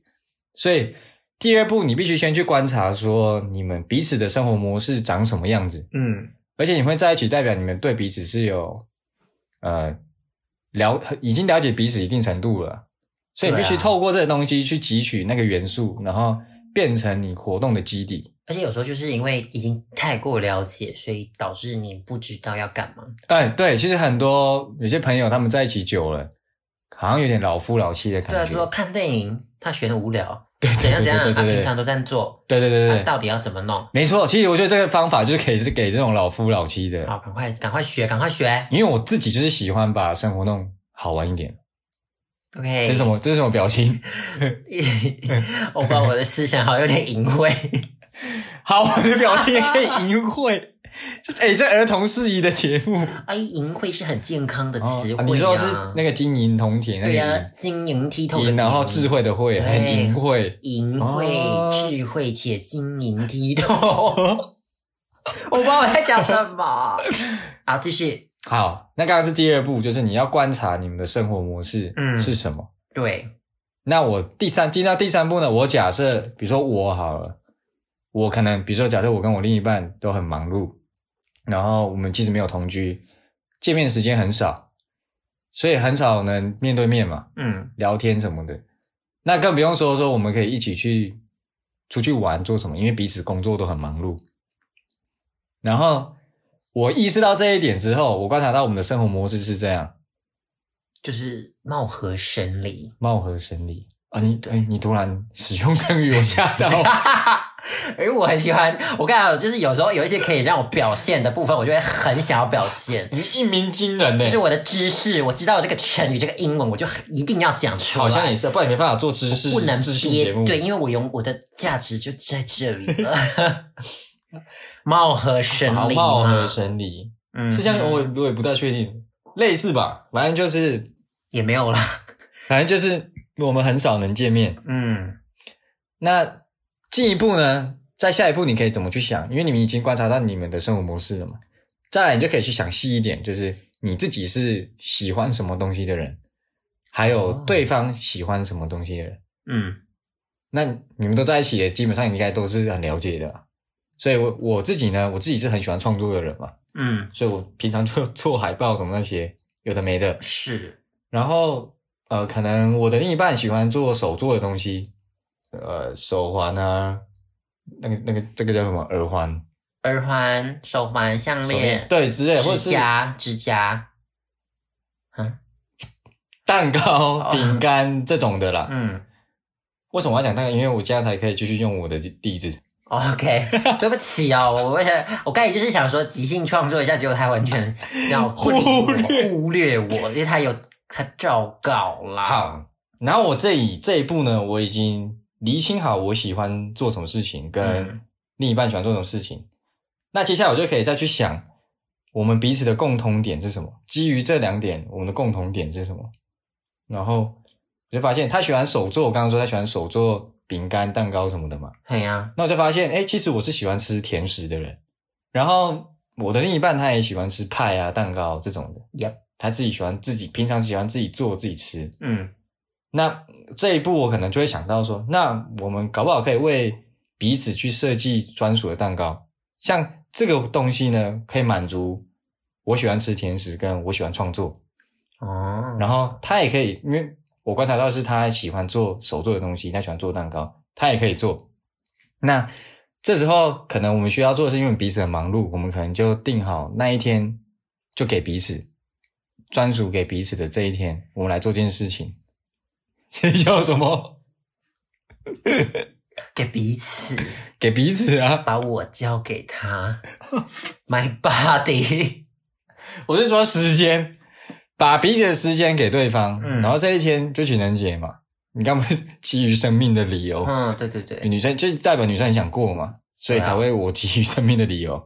[SPEAKER 2] 所以第二步，你必须先去观察说你们彼此的生活模式长什么样子，
[SPEAKER 1] 嗯，
[SPEAKER 2] 而且你会在一起，代表你们对彼此是有呃了已经了解彼此一定程度了。所以你必须
[SPEAKER 1] 对啊
[SPEAKER 2] 透过这个东西去汲取那个元素，然后变成你活动的基底。
[SPEAKER 1] 而且有时候就是因为已经太过了解，所以导致你不知道要干嘛，
[SPEAKER 2] 哎，对，其实很多有些朋友他们在一起久了，好像有点老夫老妻的感
[SPEAKER 1] 对啊，
[SPEAKER 2] 觉。
[SPEAKER 1] 说看电影他选的无聊，怎样怎
[SPEAKER 2] 对
[SPEAKER 1] 样，
[SPEAKER 2] 对
[SPEAKER 1] 他
[SPEAKER 2] 对对
[SPEAKER 1] 平常都这样做，
[SPEAKER 2] 对对
[SPEAKER 1] 他
[SPEAKER 2] 对对对，
[SPEAKER 1] 到底要怎么弄？
[SPEAKER 2] 没错。其实我觉得这个方法就是可以是给这种老夫老妻的，
[SPEAKER 1] 好，赶快赶快学，赶快学
[SPEAKER 2] 因为我自己就是喜欢把生活弄好玩一点。
[SPEAKER 1] ，OK，
[SPEAKER 2] 这是什么？这是什么表情？
[SPEAKER 1] (laughs)
[SPEAKER 2] (laughs)
[SPEAKER 1] 我把我的思想好像有点隐晦，
[SPEAKER 2] 好，我的表情也可以淫秽。 (laughs) 这哎，这儿童适宜的节目，
[SPEAKER 1] (laughs) 哎，淫秽是很健康的
[SPEAKER 2] 哦
[SPEAKER 1] 词汇、呀。
[SPEAKER 2] 啊你说是那个金银铜铁那
[SPEAKER 1] 对呀、
[SPEAKER 2] 个
[SPEAKER 1] 晶莹剔透
[SPEAKER 2] 银
[SPEAKER 1] 的
[SPEAKER 2] 银，然后
[SPEAKER 1] 银
[SPEAKER 2] 智慧的慧，很
[SPEAKER 1] 对
[SPEAKER 2] 淫秽。
[SPEAKER 1] 淫
[SPEAKER 2] 哦
[SPEAKER 1] 秽、智慧且晶莹剔透。 (laughs) 我不知道我在讲什 (laughs) 么。好，继续。
[SPEAKER 2] 好，那刚刚是第二步，就是你要观察你们的生活模式
[SPEAKER 1] 嗯
[SPEAKER 2] 是什么。
[SPEAKER 1] 对，
[SPEAKER 2] 那我第三进到第三步呢，我假设，比如说我好了，我可能比如说假设我跟我另一半都很忙碌，然后我们其实没有同居，见面时间很少，所以很少能面对面嘛，
[SPEAKER 1] 嗯，
[SPEAKER 2] 聊天什么的。那更不用说说我们可以一起去出去玩做什么，因为彼此工作都很忙碌。然后我意识到这一点之后，我观察到我们的生活模式是这样，
[SPEAKER 1] 就是貌合神离。
[SPEAKER 2] 貌合神离啊！你哎，你突然使用成语，我吓到。
[SPEAKER 1] 而我很喜欢，我刚才就是有时候有一些可以让我表现的部分，我就会很想要表
[SPEAKER 2] (laughs)
[SPEAKER 1] 现。
[SPEAKER 2] 你一鸣惊人呢、
[SPEAKER 1] 就是我的知识，我知道这个成语、这个英文，我就一定要讲出来。
[SPEAKER 2] 好像也是，不然你没办法做知识
[SPEAKER 1] 不能
[SPEAKER 2] 知性节
[SPEAKER 1] 憋
[SPEAKER 2] 目。
[SPEAKER 1] 对，因为我有我的价值就在这里
[SPEAKER 2] (laughs)
[SPEAKER 1] 了，貌合神
[SPEAKER 2] 好
[SPEAKER 1] 离
[SPEAKER 2] 貌合
[SPEAKER 1] 嘛，
[SPEAKER 2] 神离，
[SPEAKER 1] 嗯
[SPEAKER 2] 是这样，我也我也不太确定，类似吧，反正就是，
[SPEAKER 1] 也没有啦，
[SPEAKER 2] 反正就是我们很少能见面。
[SPEAKER 1] 嗯，
[SPEAKER 2] 那进一步呢，在下一步你可以怎么去想？因为你们已经观察到你们的生活模式了嘛，再来你就可以去想细一点，就是你自己是喜欢什么东西的人，还有
[SPEAKER 1] 哦
[SPEAKER 2] 对方喜欢什么东西的人。
[SPEAKER 1] 嗯，
[SPEAKER 2] 那你们都在一起也基本上应该都是很了解的啊。所以我我自己呢，我自己是很喜欢创作的人嘛，
[SPEAKER 1] 嗯，
[SPEAKER 2] 所以我平常就做海报什么那些有的没的。
[SPEAKER 1] 是，
[SPEAKER 2] 然后呃，可能我的另一半喜欢做手做的东西，呃，手环啊，那个那个这个叫什么耳环、
[SPEAKER 1] 耳环、手环、项
[SPEAKER 2] 手链
[SPEAKER 1] 链、
[SPEAKER 2] 对之类，或者
[SPEAKER 1] 指
[SPEAKER 2] 是
[SPEAKER 1] 甲、指甲，
[SPEAKER 2] 蛋
[SPEAKER 1] 哦
[SPEAKER 2] 糕、饼干这种的啦。
[SPEAKER 1] 嗯
[SPEAKER 2] 为什么我要讲蛋糕？因为我这样才可以继续用我的例子。 (laughs)
[SPEAKER 1] ，OK，对不起哦，我我想我刚才就是想说即兴创作一下，结果他完全让我不理我
[SPEAKER 2] 忽略
[SPEAKER 1] 忽略我，因为他有他照稿啦。，
[SPEAKER 2] 好，然后我这一这一步呢，我已经厘清好我喜欢做什么事情，跟
[SPEAKER 1] 嗯
[SPEAKER 2] 另一半喜欢做什么事情。那接下来我就可以再去想，我们彼此的共同点是什么？基于这两点，我们的共同点是什么？然后我就发现他喜欢手做，我刚刚说他喜欢手做饼干、蛋糕什么的嘛。
[SPEAKER 1] 对呀、
[SPEAKER 2] 那我就发现，哎、其实我是喜欢吃甜食的人。然后我的另一半他也喜欢吃派啊、蛋糕这种的，
[SPEAKER 1] Yep
[SPEAKER 2] 他自己喜欢自己平常喜欢自己做自己吃。
[SPEAKER 1] 嗯
[SPEAKER 2] 那这一步我可能就会想到说，那我们搞不好可以为彼此去设计专属的蛋糕，像这个东西呢，可以满足我喜欢吃甜食，跟我喜欢创作，
[SPEAKER 1] 哦，
[SPEAKER 2] 然后他也可以，因为我观察到是他喜欢做手做的东西，他喜欢做蛋糕，他也可以做。那这时候可能我们需要做的是，因为我们彼此很忙碌，我们可能就定好那一天就给彼此专属给彼此的这一天，我们来做这件事情。 (laughs) 要什么？
[SPEAKER 1] 给彼此
[SPEAKER 2] 给彼此啊！
[SPEAKER 1] 把我交给
[SPEAKER 2] (laughs)
[SPEAKER 1] 他，my body，
[SPEAKER 2] 我是说时间，把彼此的时间给对方，
[SPEAKER 1] 嗯
[SPEAKER 2] 然后这一天就情人节嘛，你干嘛基于生命的理由？
[SPEAKER 1] 嗯，对对对，
[SPEAKER 2] 女生就代表女生很想过嘛，所以
[SPEAKER 1] 对啊
[SPEAKER 2] 才会我给予生命的理由。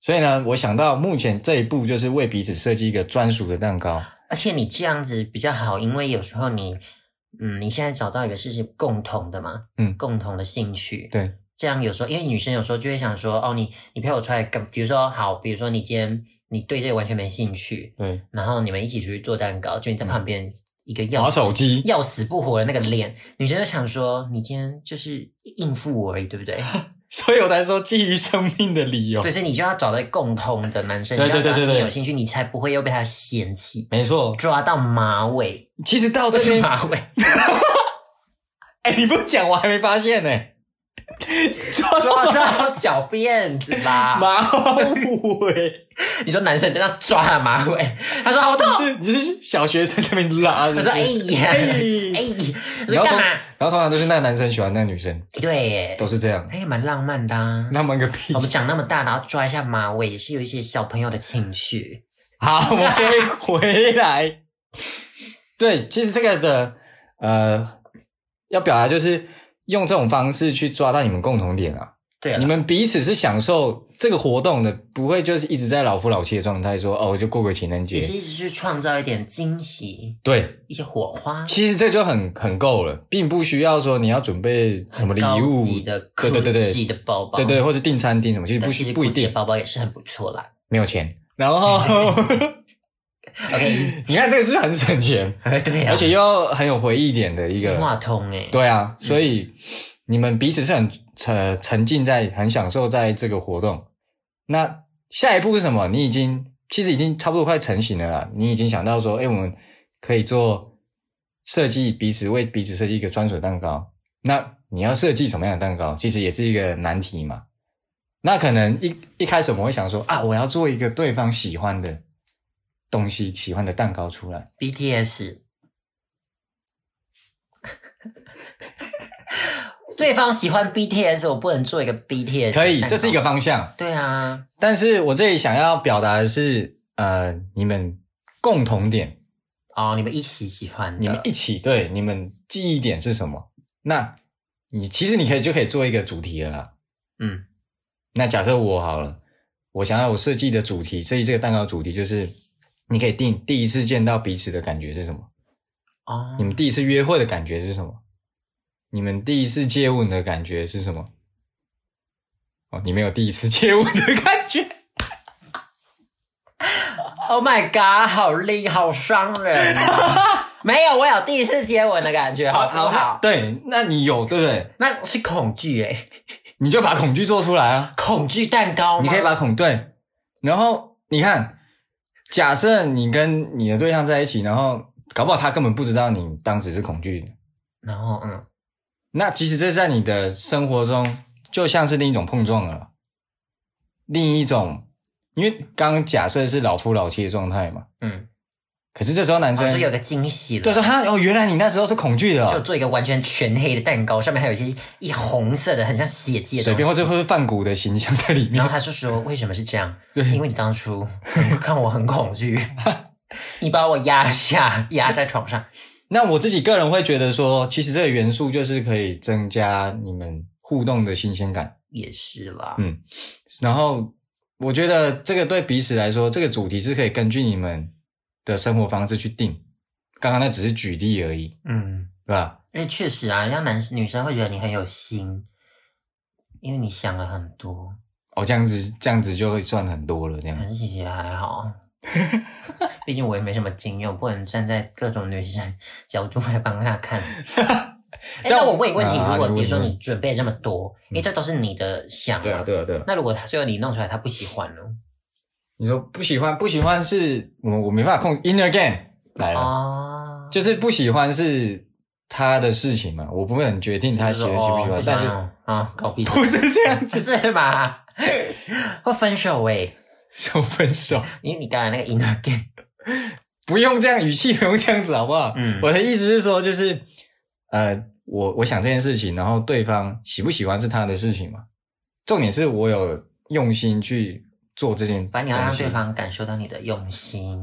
[SPEAKER 2] 所以呢，我想到目前这一步就是为彼此设计一个专属的蛋糕。
[SPEAKER 1] 而且你这样子比较好，因为有时候你，嗯，你现在找到一个事情共同的嘛，
[SPEAKER 2] 嗯
[SPEAKER 1] 共同的兴趣，
[SPEAKER 2] 对，
[SPEAKER 1] 这样有时候因为女生有时候就会想说，哦，你你陪我出来干，比如说好，比如说你今天你对这个完全没兴趣，
[SPEAKER 2] 对，
[SPEAKER 1] 然后你们一起出去做蛋糕，就你在旁边一个要
[SPEAKER 2] 划
[SPEAKER 1] 死
[SPEAKER 2] 手机，
[SPEAKER 1] 要死不活的那个脸，女生就想说，你今天就是应付我而已，对 (laughs) 不对？
[SPEAKER 2] 所以我才说基于生命的理由。
[SPEAKER 1] 对，所以你就要找到共同的男生，
[SPEAKER 2] 对对
[SPEAKER 1] 你要
[SPEAKER 2] 对对
[SPEAKER 1] 找到
[SPEAKER 2] 对
[SPEAKER 1] 你有兴趣，你才不会又被他嫌弃，
[SPEAKER 2] 没错，
[SPEAKER 1] 抓到马尾，
[SPEAKER 2] 其实到
[SPEAKER 1] 不
[SPEAKER 2] 这
[SPEAKER 1] (laughs) 是啊
[SPEAKER 2] 边，
[SPEAKER 1] 马尾。
[SPEAKER 2] 哎、你不讲我还没发
[SPEAKER 1] (laughs)
[SPEAKER 2] 现呢、抓
[SPEAKER 1] 抓到啊小辫子 (laughs) 啦！
[SPEAKER 2] 马
[SPEAKER 1] (laughs)
[SPEAKER 2] 尾，
[SPEAKER 1] 你说男生在那抓他马尾，他说啊好痛，
[SPEAKER 2] 你哦是你是小学生在那边拉是
[SPEAKER 1] 我
[SPEAKER 2] 不是，
[SPEAKER 1] 说哎呀
[SPEAKER 2] 哎
[SPEAKER 1] 哎，呀，我
[SPEAKER 2] 然
[SPEAKER 1] 说
[SPEAKER 2] 后
[SPEAKER 1] 干
[SPEAKER 2] 通
[SPEAKER 1] 嘛？
[SPEAKER 2] 然后通常都是那男生喜欢那女生，
[SPEAKER 1] 对耶
[SPEAKER 2] 都，是这样，
[SPEAKER 1] 哎也蛮浪漫的啊。
[SPEAKER 2] 那么个屁
[SPEAKER 1] 我！们长那么大，然后抓一下马尾，也是有一些小朋友的情趣。
[SPEAKER 2] 好，我们
[SPEAKER 1] (laughs)
[SPEAKER 2] 回回来。对，其实这个的呃，要表达就是用这种方式去抓到你们共同点啊。
[SPEAKER 1] 对
[SPEAKER 2] 你
[SPEAKER 1] 了，
[SPEAKER 2] 们彼此是享受这个活动的，不会就是一直在老夫老妻的状态说哦，我就过个情人
[SPEAKER 1] 也是
[SPEAKER 2] 节。
[SPEAKER 1] 一直去创造一点惊喜，
[SPEAKER 2] 对，
[SPEAKER 1] 一些火花。
[SPEAKER 2] 其实这就很很够了，并不需要说你要准备什么礼
[SPEAKER 1] 高
[SPEAKER 2] 物
[SPEAKER 1] 级的、
[SPEAKER 2] 对对对
[SPEAKER 1] 科技
[SPEAKER 2] 对，
[SPEAKER 1] 的包包，
[SPEAKER 2] 对对，或者订餐厅什么，其实
[SPEAKER 1] 但
[SPEAKER 2] 不
[SPEAKER 1] 其实
[SPEAKER 2] 需不一
[SPEAKER 1] Gucci 的
[SPEAKER 2] 定
[SPEAKER 1] 包包也是很不错啦。
[SPEAKER 2] 没有钱。
[SPEAKER 1] (laughs)
[SPEAKER 2] 然后 (laughs)
[SPEAKER 1] OK，
[SPEAKER 2] 你看这个是很省钱，
[SPEAKER 1] 对啊，
[SPEAKER 2] (laughs) 而且又很有回忆点的一
[SPEAKER 1] 计
[SPEAKER 2] 个
[SPEAKER 1] 划通哎，
[SPEAKER 2] 对啊，所以你们彼此是很沉沉浸在、很享受在这个活动。那下一步是什么？你已经其实已经差不多快成型了啦，你已经想到说，哎、我们可以做设计彼此为彼此设计一个专属的蛋糕。那你要设计什么样的蛋糕，其实也是一个难题嘛。那可能一一开始我们会想说啊，我要做一个对方喜欢的东西、喜欢的蛋糕出来。
[SPEAKER 1] BTS，对方喜欢 BTS，我不能做一个 BTS，
[SPEAKER 2] 可以，
[SPEAKER 1] 蛋糕
[SPEAKER 2] 这是一个方向。
[SPEAKER 1] 对啊，
[SPEAKER 2] 但是我这里想要表达的是，呃，你们共同点，
[SPEAKER 1] 哦，你们一起喜欢的，
[SPEAKER 2] 你们一起对你们记忆点是什么？那你其实你可以就可以做一个主题了啦。
[SPEAKER 1] 嗯
[SPEAKER 2] 那假设我好了，我想要我设计的主题，设计这个蛋糕的主题就是，你可以定第一次见到彼此的感觉是什么？
[SPEAKER 1] 哦
[SPEAKER 2] 你，们第一次约会的感觉是什么？你们第一次接吻的感觉是什么？哦，你没有第一次接吻的感觉。
[SPEAKER 1] Oh my god，好厉，好伤人啊、 (laughs) 没有，我有第一次接吻的感觉，好不好？
[SPEAKER 2] 对，那你有对不对？
[SPEAKER 1] 那是恐惧诶，
[SPEAKER 2] 你就把恐惧做出来啊。
[SPEAKER 1] 恐惧蛋糕吗
[SPEAKER 2] 你可以把恐对，然后你看，假设你跟你的对象在一起，然后搞不好他根本不知道你当时是恐惧的，
[SPEAKER 1] 然后嗯，
[SPEAKER 2] 那其实这在你的生活中就像是另一种碰撞了，另一种，因为刚刚假设是老夫老妻的状态嘛，
[SPEAKER 1] 嗯，
[SPEAKER 2] 可是这时候男
[SPEAKER 1] 我
[SPEAKER 2] 生、
[SPEAKER 1] 说有个惊喜了，
[SPEAKER 2] 对说哈哦，原来你那时候是恐惧的
[SPEAKER 1] 就
[SPEAKER 2] 哦，
[SPEAKER 1] 做一个完全全黑的蛋糕，上面还有一些一红色的，很像血迹的东
[SPEAKER 2] 随
[SPEAKER 1] 西
[SPEAKER 2] 便或者或是范谷的形象在里面
[SPEAKER 1] 然后，他就说：“为什么是这样？
[SPEAKER 2] 对
[SPEAKER 1] 因为你当初看我很恐
[SPEAKER 2] (laughs)
[SPEAKER 1] 惧，你把我压下，压在床上。
[SPEAKER 2] 那我自己个人会觉得说，其实这个元素就是可以增加你们互动的新鲜感。”
[SPEAKER 1] 也是啦，
[SPEAKER 2] 嗯然后我觉得这个对彼此来说，这个主题是可以根据你们的生活方式去定。刚刚那只是举例而已，
[SPEAKER 1] 嗯，
[SPEAKER 2] 对吧？
[SPEAKER 1] 因为确实啊，让男女生会觉得你很有心，因为你想了很多。
[SPEAKER 2] 哦，这样子这样子就会赚很多了，这样
[SPEAKER 1] 可。是其实也还好，毕竟我也没什么经验，我不能站在各种女生角度来帮她看。哎，
[SPEAKER 2] 但
[SPEAKER 1] 那
[SPEAKER 2] 我
[SPEAKER 1] 我问一个问题，
[SPEAKER 2] 啊
[SPEAKER 1] 如果
[SPEAKER 2] 你问
[SPEAKER 1] 比如说
[SPEAKER 2] 你问
[SPEAKER 1] 你准备这么多，因为这都是你的想嘛，
[SPEAKER 2] 对啊，对啊。
[SPEAKER 1] 那如果他最后你弄出来他不喜欢呢？
[SPEAKER 2] 你说不喜欢，不喜欢是我我没办法控制 inner game 来了，
[SPEAKER 1] 哦，
[SPEAKER 2] 啊就是不喜欢是他的事情嘛，我不能决定他喜欢喜不
[SPEAKER 1] 哦
[SPEAKER 2] 喜欢，但是
[SPEAKER 1] 啊，搞屁事， (laughs)
[SPEAKER 2] 不是这样
[SPEAKER 1] 不
[SPEAKER 2] 子 (laughs)
[SPEAKER 1] 是吧？ (laughs) 会分手诶，
[SPEAKER 2] 说分手。
[SPEAKER 1] 因为你刚才那个 inner game，
[SPEAKER 2] 不用这样语气，不用这样子，好不好？
[SPEAKER 1] 嗯
[SPEAKER 2] 我的意思是说，就是呃，我我想这件事情，然后对方喜不喜欢是他的事情嘛。重点是我有用心去做这件东西，
[SPEAKER 1] 反正你要让对方感受到你的用心。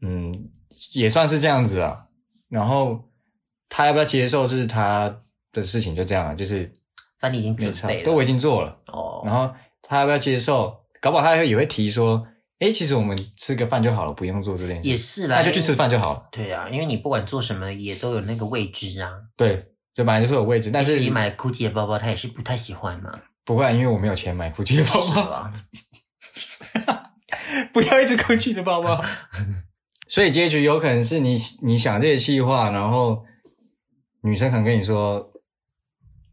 [SPEAKER 2] 嗯，也算是这样子啊。然后他要不要接受是他的事情，就这样啊，就是
[SPEAKER 1] 反正你已经
[SPEAKER 2] 没
[SPEAKER 1] 准
[SPEAKER 2] 差
[SPEAKER 1] 备，
[SPEAKER 2] 都嗯
[SPEAKER 1] 了
[SPEAKER 2] 我已经做了。
[SPEAKER 1] 哦，
[SPEAKER 2] 然后他要不要接受，搞不好他也会提说，诶，其实我们吃个饭就好了，不用做这件事，
[SPEAKER 1] 也是啊啦，
[SPEAKER 2] 那就去吃
[SPEAKER 1] 因为。
[SPEAKER 2] 饭就好了。
[SPEAKER 1] 对啊，因为你不管做什么，也都有那个未知啊。
[SPEAKER 2] 对，就本来就是有位置，但
[SPEAKER 1] 即
[SPEAKER 2] 是
[SPEAKER 1] 使你买了 GUCCI 的包包，他也是不太喜欢嘛，
[SPEAKER 2] 不会，因为我没有钱买 GUCCI 的包
[SPEAKER 1] 是啊
[SPEAKER 2] 包，
[SPEAKER 1] 吧？
[SPEAKER 2] (laughs) 不要一直 GUCCI 的包
[SPEAKER 1] (laughs)
[SPEAKER 2] 包。所以结局有可能是你你想这些气话，然后女生可能跟你说：“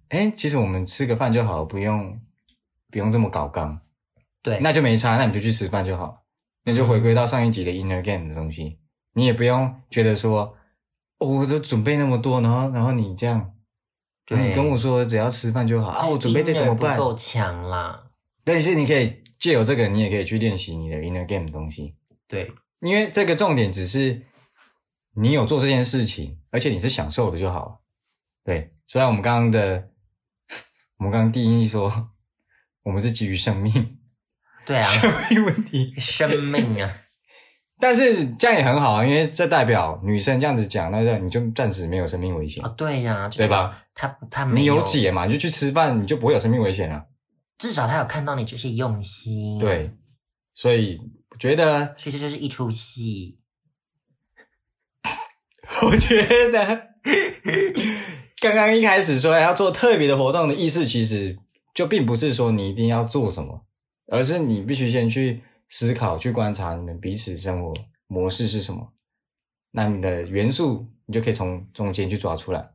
[SPEAKER 2] 哎，其实我们吃个饭就好，不用不用这么搞刚。”
[SPEAKER 1] 对，
[SPEAKER 2] 那就没差，那你就去吃饭就好，那就回归到上一集的 inner game 的东西，你也不用觉得说，哦、我都准备那么多，然后然后你这样，嗯
[SPEAKER 1] 对
[SPEAKER 2] 你跟我说只要吃饭就好啊，我准备这怎么
[SPEAKER 1] inner
[SPEAKER 2] 办
[SPEAKER 1] 不？够强啦，
[SPEAKER 2] 但是你可以借由这个，你也可以去练习你的 inner game 的东西，
[SPEAKER 1] 对，
[SPEAKER 2] 因为这个重点只是你有做这件事情，而且你是享受的就好了。对，虽然我们刚刚的， (laughs) 我们刚刚定义说我们是基于生命 (laughs)
[SPEAKER 1] 对啊，
[SPEAKER 2] 没问题，
[SPEAKER 1] 生命啊。
[SPEAKER 2] 但是这样也很好啊，因为这代表女生这样子讲，那代表你就暂时没有生命危险
[SPEAKER 1] 啊，，对呀、就
[SPEAKER 2] 对
[SPEAKER 1] 是
[SPEAKER 2] 吧？
[SPEAKER 1] 他他没
[SPEAKER 2] 你
[SPEAKER 1] 有
[SPEAKER 2] 有解嘛，你就去吃饭，你就不会有生命危险了。
[SPEAKER 1] 至少他有看到你这些用心，，
[SPEAKER 2] 对，所以我觉得
[SPEAKER 1] 所以这就是一出戏。
[SPEAKER 2] (laughs) 我觉得刚刚一开始说要做特别的活动的意思，其实就并不是说你一定要做什么，而是你必须先去思考、去观察你们彼此生活模式是什么。那你的元素，你就可以从中间去抓出来。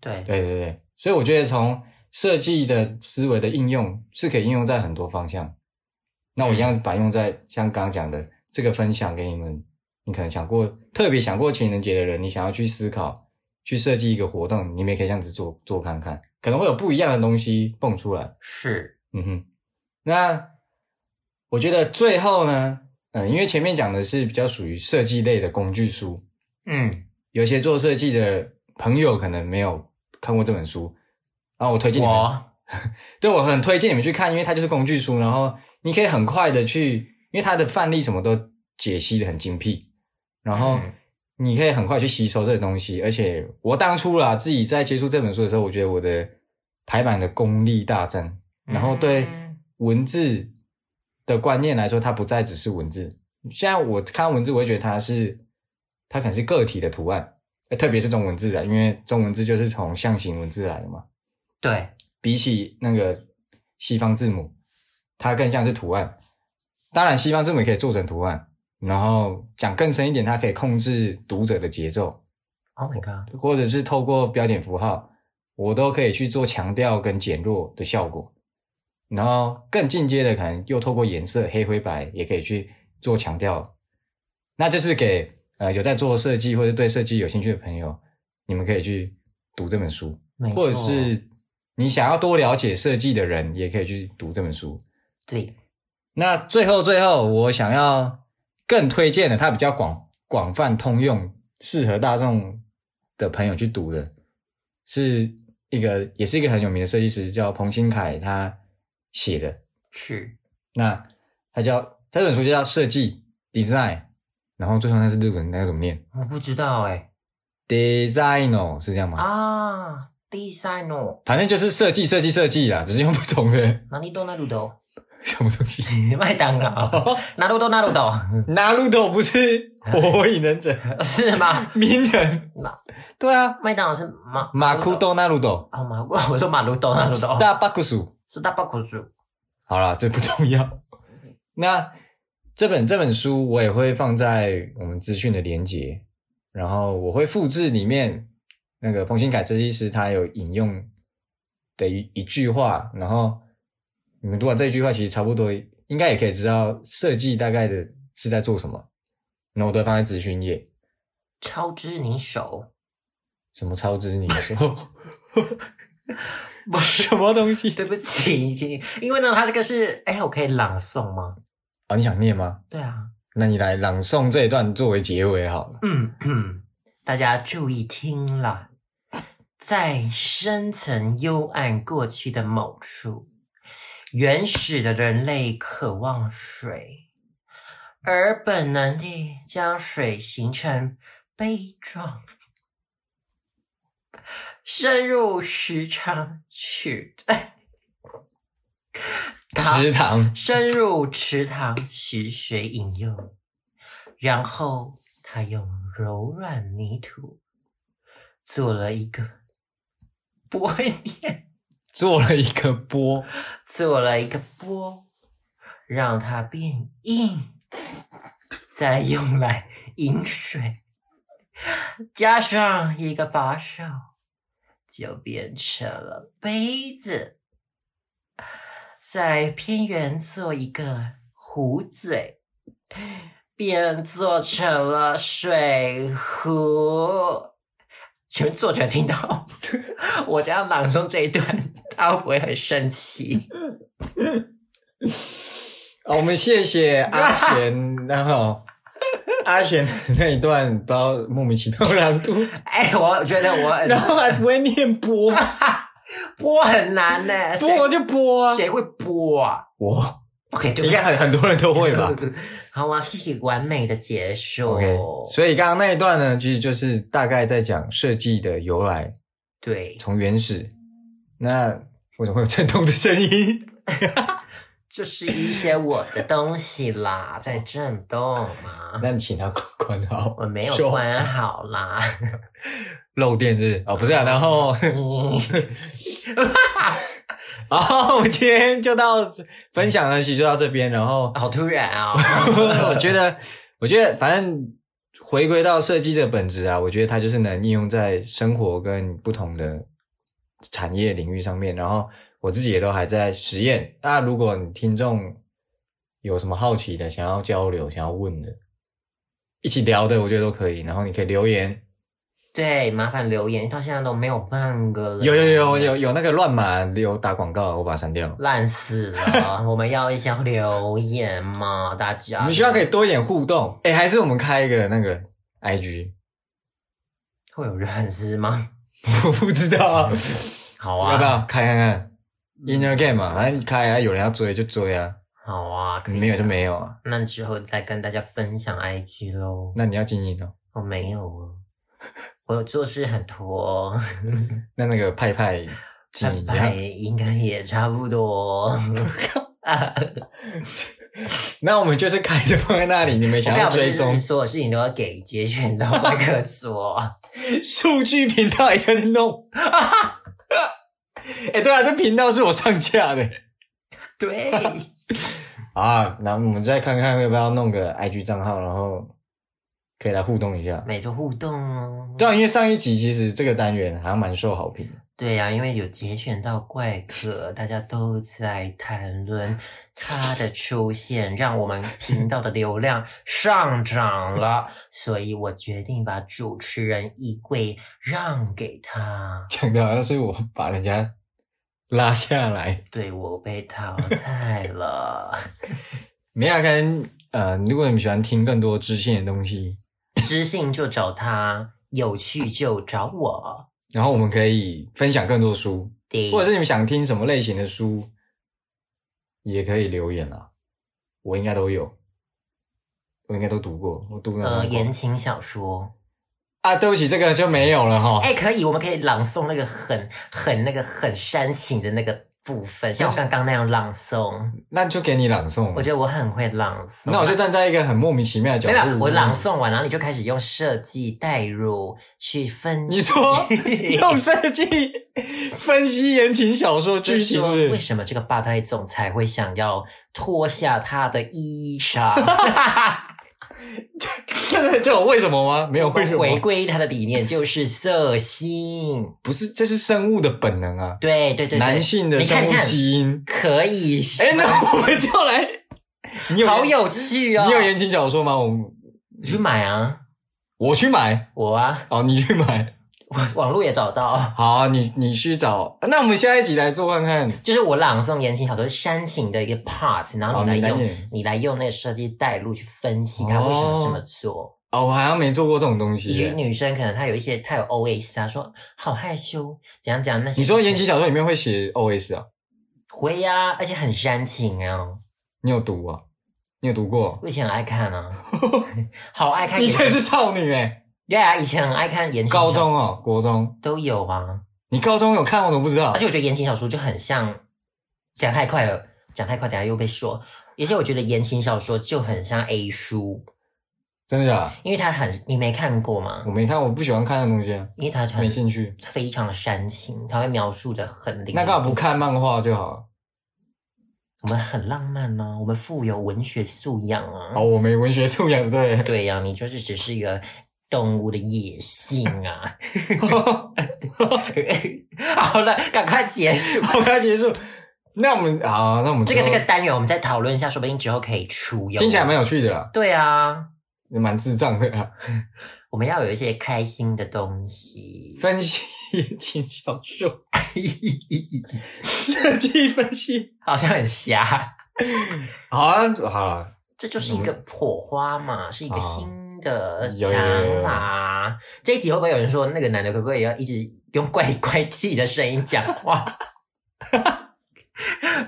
[SPEAKER 1] 对，
[SPEAKER 2] 对对对，所以我觉得从设计的思维的应用是可以应用在很多方向。那我一样把用在像刚刚讲的这个分享给你们，你可能想过特别想过情人节的人，你想要去思考去设计一个活动，你们也可以这样子做做看看，可能会有不一样的东西蹦出来。
[SPEAKER 1] 是
[SPEAKER 2] 嗯哼，那我觉得最后呢，嗯，因为前面讲的是比较属于设计类的工具书，
[SPEAKER 1] 嗯，
[SPEAKER 2] 有些做设计的朋友可能没有看过这本书，啊，我推荐你们，
[SPEAKER 1] 我
[SPEAKER 2] 对我很推荐你们去看，因为它就是工具书，然后你可以很快的去，因为它的范例什么都解析的很精辟，然后
[SPEAKER 1] 嗯
[SPEAKER 2] 你可以很快去吸收这个东西。而且我当初啦，自己在接触这本书的时候，我觉得我的排版的功力大增，然后对
[SPEAKER 1] 嗯
[SPEAKER 2] 文字的观念来说，它不再只是文字。现在我看文字，我会觉得它是它可能是个体的图案，呃特别是中文字啊，因为中文字就是从象形文字来的嘛。
[SPEAKER 1] 对，
[SPEAKER 2] 比起那个西方字母，它更像是图案。当然，西方字母也可以做成图案，然后讲更深一点，它可以控制读者的节奏，
[SPEAKER 1] Oh my god！
[SPEAKER 2] 或者是透过标点符号，我都可以去做强调跟减弱的效果。然后更进阶的，可能又透过颜色黑灰白也可以去做强调。那就是给呃有在做设计或者对设计有兴趣的朋友，你们可以去读这本书，
[SPEAKER 1] 没错
[SPEAKER 2] 或者是你想要多了解设计的人，也可以去读这本书。
[SPEAKER 1] 对，
[SPEAKER 2] 那最后最后，我想要更推荐的，它比较广广泛通用，适合大众的朋友去读的，是一个也是一个很有名的设计师，叫彭新凯，他写的。
[SPEAKER 1] 是
[SPEAKER 2] 那他叫他这本书就叫《设计 Design》，然后最后那是日文，那个怎么念
[SPEAKER 1] 我不知道哎、
[SPEAKER 2] ？Design 是这样吗？
[SPEAKER 1] 啊，design 哦，
[SPEAKER 2] 反正就是设计设计设计啦，只是用不同的 (laughs)
[SPEAKER 1] 哪里都哪里都，
[SPEAKER 2] 什么东西。
[SPEAKER 1] (laughs) 麦当劳， (laughs) 哪路都哪路都，
[SPEAKER 2] 拿路斗不是火影
[SPEAKER 1] (laughs)
[SPEAKER 2] 忍者，
[SPEAKER 1] 是吗？
[SPEAKER 2] 鸣人
[SPEAKER 1] 那
[SPEAKER 2] 对啊，
[SPEAKER 1] 麦当劳是马
[SPEAKER 2] 马库多纳鲁斗，
[SPEAKER 1] 哦马库， (laughs) 我说马路都哪路都，
[SPEAKER 2] 大巴库鼠。
[SPEAKER 1] 哦是大爆口猪，
[SPEAKER 2] 好啦，这不重
[SPEAKER 1] (laughs)
[SPEAKER 2] 要。那这本这本书我也会放在我们资讯的连接，然后我会复制里面那个彭新凯设计师他有引用的一一句话，然后你们读完这句话，其实差不多应该也可以知道设计大概的是在做什么。那我都会放在资讯页，
[SPEAKER 1] 超之你手，
[SPEAKER 2] 什么超支你说 (laughs) 什么东西
[SPEAKER 1] (laughs)
[SPEAKER 2] (laughs)
[SPEAKER 1] 对不起，已经因为呢，它这个是，哎，我可以朗诵吗？
[SPEAKER 2] 啊、你想念吗？
[SPEAKER 1] 对啊，
[SPEAKER 2] 那你来朗诵这一段作为结尾好了。
[SPEAKER 1] 嗯嗯，大家注意听啦，在深层幽暗过去的某处，原始的人类渴望水，而本能地将水形成杯状，深入时常取代。好
[SPEAKER 2] 池塘，
[SPEAKER 1] 深入池塘取水饮用，然后他用柔软泥土做了一个 (laughs) 波念，
[SPEAKER 2] 做了一个波，
[SPEAKER 1] 做了一个波，让它变硬，再用来饮水，加上一个把手，就变成了杯子。在偏远做一个壶嘴，便做成了水壶。请问作者听到我这样朗诵这一段，他会不会很生气？
[SPEAKER 2] 哦我们谢谢
[SPEAKER 1] (laughs)
[SPEAKER 2] 阿贤，然后阿贤的那一段不知道莫名其妙
[SPEAKER 1] (laughs)
[SPEAKER 2] 朗读，
[SPEAKER 1] 哎、我觉得我很
[SPEAKER 2] 然后还不会
[SPEAKER 1] (laughs)
[SPEAKER 2] 念波，
[SPEAKER 1] 播很难呢、
[SPEAKER 2] 波
[SPEAKER 1] 谁
[SPEAKER 2] 就波啊，
[SPEAKER 1] 谁会播啊
[SPEAKER 2] 我
[SPEAKER 1] ？OK，对不
[SPEAKER 2] 应
[SPEAKER 1] 起，
[SPEAKER 2] 该很很多人都会吧。
[SPEAKER 1] (laughs) 好啊，谢谢完美的结束。
[SPEAKER 2] OK，所
[SPEAKER 1] 哦
[SPEAKER 2] 以刚刚那一段呢，其实就是大概在讲设计的由来，
[SPEAKER 1] 对，
[SPEAKER 2] 从原始。那为什么会有震动的声音？
[SPEAKER 1] 就是一些我的东西啦，在震动嘛。
[SPEAKER 2] 那你请他关关好，
[SPEAKER 1] 啊我没有
[SPEAKER 2] 说
[SPEAKER 1] 关好啦，
[SPEAKER 2] 漏电日哦，不是啊，然 (laughs) 后。好，我们今天就到这分享呢，其实就到这边。然 (laughs) 后
[SPEAKER 1] 好突然啊、
[SPEAKER 2] 我觉得，我觉得反正回归到设计的本质啊，我觉得它就是能应用在生活跟不同的产业领域上面。然后我自己也都还在实验。那如果你听众有什么好奇的、想要交流、想要问的，一起聊的，我觉得都可以。然后你可以留言，
[SPEAKER 1] 对，麻烦留言，到现在都没有半个了。
[SPEAKER 2] 有有有有有那个乱码有打广告，我把它删掉了。
[SPEAKER 1] 烂死了！我们要一些留言嘛，大家。
[SPEAKER 2] 我们希望可以多一点互动。哎、还是我们开一个那个 IG，
[SPEAKER 1] 会有粉丝吗？
[SPEAKER 2] (laughs) 我不知道啊，
[SPEAKER 1] 好啊，嗯
[SPEAKER 2] 要不要开看看？Inner Game 嘛，反正开啊，有人要追就追啊，
[SPEAKER 1] 好啊，可以
[SPEAKER 2] 没有就没有啊。
[SPEAKER 1] 那之后再跟大家分享 IG 喽。
[SPEAKER 2] 那你要经营哦。
[SPEAKER 1] 我没有哦，我做事很拖、哦，
[SPEAKER 2] 那那个派派
[SPEAKER 1] (laughs)
[SPEAKER 2] 经营一
[SPEAKER 1] 拜拜
[SPEAKER 2] 下。
[SPEAKER 1] 应该也差不多、哦
[SPEAKER 2] (laughs) 那我们就是开着放在那里，你们
[SPEAKER 1] 我
[SPEAKER 2] 想
[SPEAKER 1] 干
[SPEAKER 2] 要
[SPEAKER 1] 嘛
[SPEAKER 2] 追踪
[SPEAKER 1] 就是所有事情都要给节选到那个做，
[SPEAKER 2] (laughs) 数据频道也在弄。 (laughs) 哎、对啊，这频道是我上架的
[SPEAKER 1] 对，
[SPEAKER 2] 啊。那我们再看看要不要弄个 IG 账号，然后可以来互动一下。
[SPEAKER 1] 每周互动哦。
[SPEAKER 2] 对啊，因为上一集其实这个单元还蛮受好评的。 (laughs)
[SPEAKER 1] 对呀、因为有节选到怪客，大家都在谈
[SPEAKER 2] (laughs)
[SPEAKER 1] 论他的出现，让我们频道的流量上涨了，所以我决定把主持人衣柜让给他。
[SPEAKER 2] 讲的好像是我把人家拉下来。
[SPEAKER 1] 对我被淘
[SPEAKER 2] (laughs)
[SPEAKER 1] 汰了，
[SPEAKER 2] 没亚跟呃，如果你们喜欢听更多知性的东西，
[SPEAKER 1] 知性就找他，有趣就找我。
[SPEAKER 2] 然后我们可以分享更多书，
[SPEAKER 1] 对
[SPEAKER 2] 或者是你们想听什么类型的书，也可以留言啦。我应该都有，我应该都读过，我读了
[SPEAKER 1] 呃言情小说。
[SPEAKER 2] 啊，对不起，这个就没有了哈。
[SPEAKER 1] 哎、可以，我们可以朗诵那个很很那个很煽情的那个部分，像我刚刚那样朗诵。
[SPEAKER 2] 那就给你朗诵
[SPEAKER 1] 我
[SPEAKER 2] 了。
[SPEAKER 1] 觉得我很会朗诵。
[SPEAKER 2] 那我就站在一个很莫名其妙的角
[SPEAKER 1] 没
[SPEAKER 2] 度，
[SPEAKER 1] 有，我朗。诵完，然后你就开始用设计代入去分析。
[SPEAKER 2] 你
[SPEAKER 1] (laughs)
[SPEAKER 2] 说用设计分析言情小说
[SPEAKER 1] 就
[SPEAKER 2] 剧
[SPEAKER 1] 是
[SPEAKER 2] 情，
[SPEAKER 1] 说，
[SPEAKER 2] 是不
[SPEAKER 1] 为
[SPEAKER 2] (laughs) 是
[SPEAKER 1] 什么这个霸道总裁会想要脱下他的衣裳，
[SPEAKER 2] 真的叫我为什么吗？没有 (laughs) 为什
[SPEAKER 1] 回
[SPEAKER 2] 么，
[SPEAKER 1] 归他的理念就是色心。
[SPEAKER 2] 不是，这是生物的本能啊，
[SPEAKER 1] 对对对对
[SPEAKER 2] 男性的
[SPEAKER 1] 你看
[SPEAKER 2] 生物
[SPEAKER 1] 看
[SPEAKER 2] 基因。
[SPEAKER 1] 可以，
[SPEAKER 2] 哎，那我们就
[SPEAKER 1] (laughs)
[SPEAKER 2] 来，你有
[SPEAKER 1] 好有趣哦！
[SPEAKER 2] 你有言情小说吗？我
[SPEAKER 1] 你去买啊，
[SPEAKER 2] 我去买，
[SPEAKER 1] 我啊，
[SPEAKER 2] 哦，你去买，
[SPEAKER 1] 我网络也找到。
[SPEAKER 2] 好啊，你你去找。那我们下一集来做看看，
[SPEAKER 1] 就是我朗诵言情小说煽情的一个 part，然后
[SPEAKER 2] 哦
[SPEAKER 1] 你来
[SPEAKER 2] 你来
[SPEAKER 1] 用、
[SPEAKER 2] 念
[SPEAKER 1] 你来用那个设计带路去分析
[SPEAKER 2] 哦
[SPEAKER 1] 他为什么这么做。
[SPEAKER 2] 哦，我好像没做过这种东西
[SPEAKER 1] 以及
[SPEAKER 2] 耶。
[SPEAKER 1] 女生可能她有一些她有 OS，她说好害羞，怎样怎样那些。
[SPEAKER 2] 你说言情小说里面会写 OS 啊？
[SPEAKER 1] 会呀、而且很煽情啊，
[SPEAKER 2] 你有读啊？你有读过？
[SPEAKER 1] 我以前很爱看
[SPEAKER 2] (laughs)
[SPEAKER 1] 啊，好爱看
[SPEAKER 2] 你
[SPEAKER 1] 言情。
[SPEAKER 2] 这是少女哎、
[SPEAKER 1] 对啊，以前很爱看言情小
[SPEAKER 2] 高中哦，国中，
[SPEAKER 1] 都有啊，
[SPEAKER 2] 你高中有看我都不知道
[SPEAKER 1] 而。且我觉得言情小说就很像，讲太快了，讲太快，等下又被说。而且我觉得言情小说就很像 A 书，
[SPEAKER 2] 真的假
[SPEAKER 1] 因为它很你没看过吗
[SPEAKER 2] 的？我？没看，我不喜欢看那东西啊，
[SPEAKER 1] 因为他很
[SPEAKER 2] 没兴趣。
[SPEAKER 1] 非常煽情，他会描述的很淋漓
[SPEAKER 2] 那干嘛不
[SPEAKER 1] 尽致
[SPEAKER 2] 看？漫画就好了？
[SPEAKER 1] 我们很浪漫呢、我们富有文学素养啊。
[SPEAKER 2] 哦，我没文学素养，对。 (laughs)
[SPEAKER 1] 对呀、你就是只是一个动物的野性
[SPEAKER 2] (laughs)
[SPEAKER 1] 啊。好了，赶快结束。
[SPEAKER 2] 好，快结束。那我们好，那我们
[SPEAKER 1] 这个
[SPEAKER 2] 之
[SPEAKER 1] 这
[SPEAKER 2] 后
[SPEAKER 1] 个单元，我们再讨论一下，说不定之后可以出。有
[SPEAKER 2] 听起来蛮有趣的啦，
[SPEAKER 1] 对啊，
[SPEAKER 2] 也蛮智障的啊啦。
[SPEAKER 1] 我们要有一些开心的东西。
[SPEAKER 2] 分析言情小说，
[SPEAKER 1] (laughs)
[SPEAKER 2] 设计分析。
[SPEAKER 1] 好像很瞎，
[SPEAKER 2] 好啊，好
[SPEAKER 1] (laughs)
[SPEAKER 2] 啊，
[SPEAKER 1] 这就是一个火花嘛，是一个
[SPEAKER 2] 啊
[SPEAKER 1] 新的
[SPEAKER 2] 有有有
[SPEAKER 1] 想
[SPEAKER 2] 有
[SPEAKER 1] 法。这一集会不会有人说，那个男的可不可以要一直用怪 (laughs) 里怪气的声音讲话？ (laughs)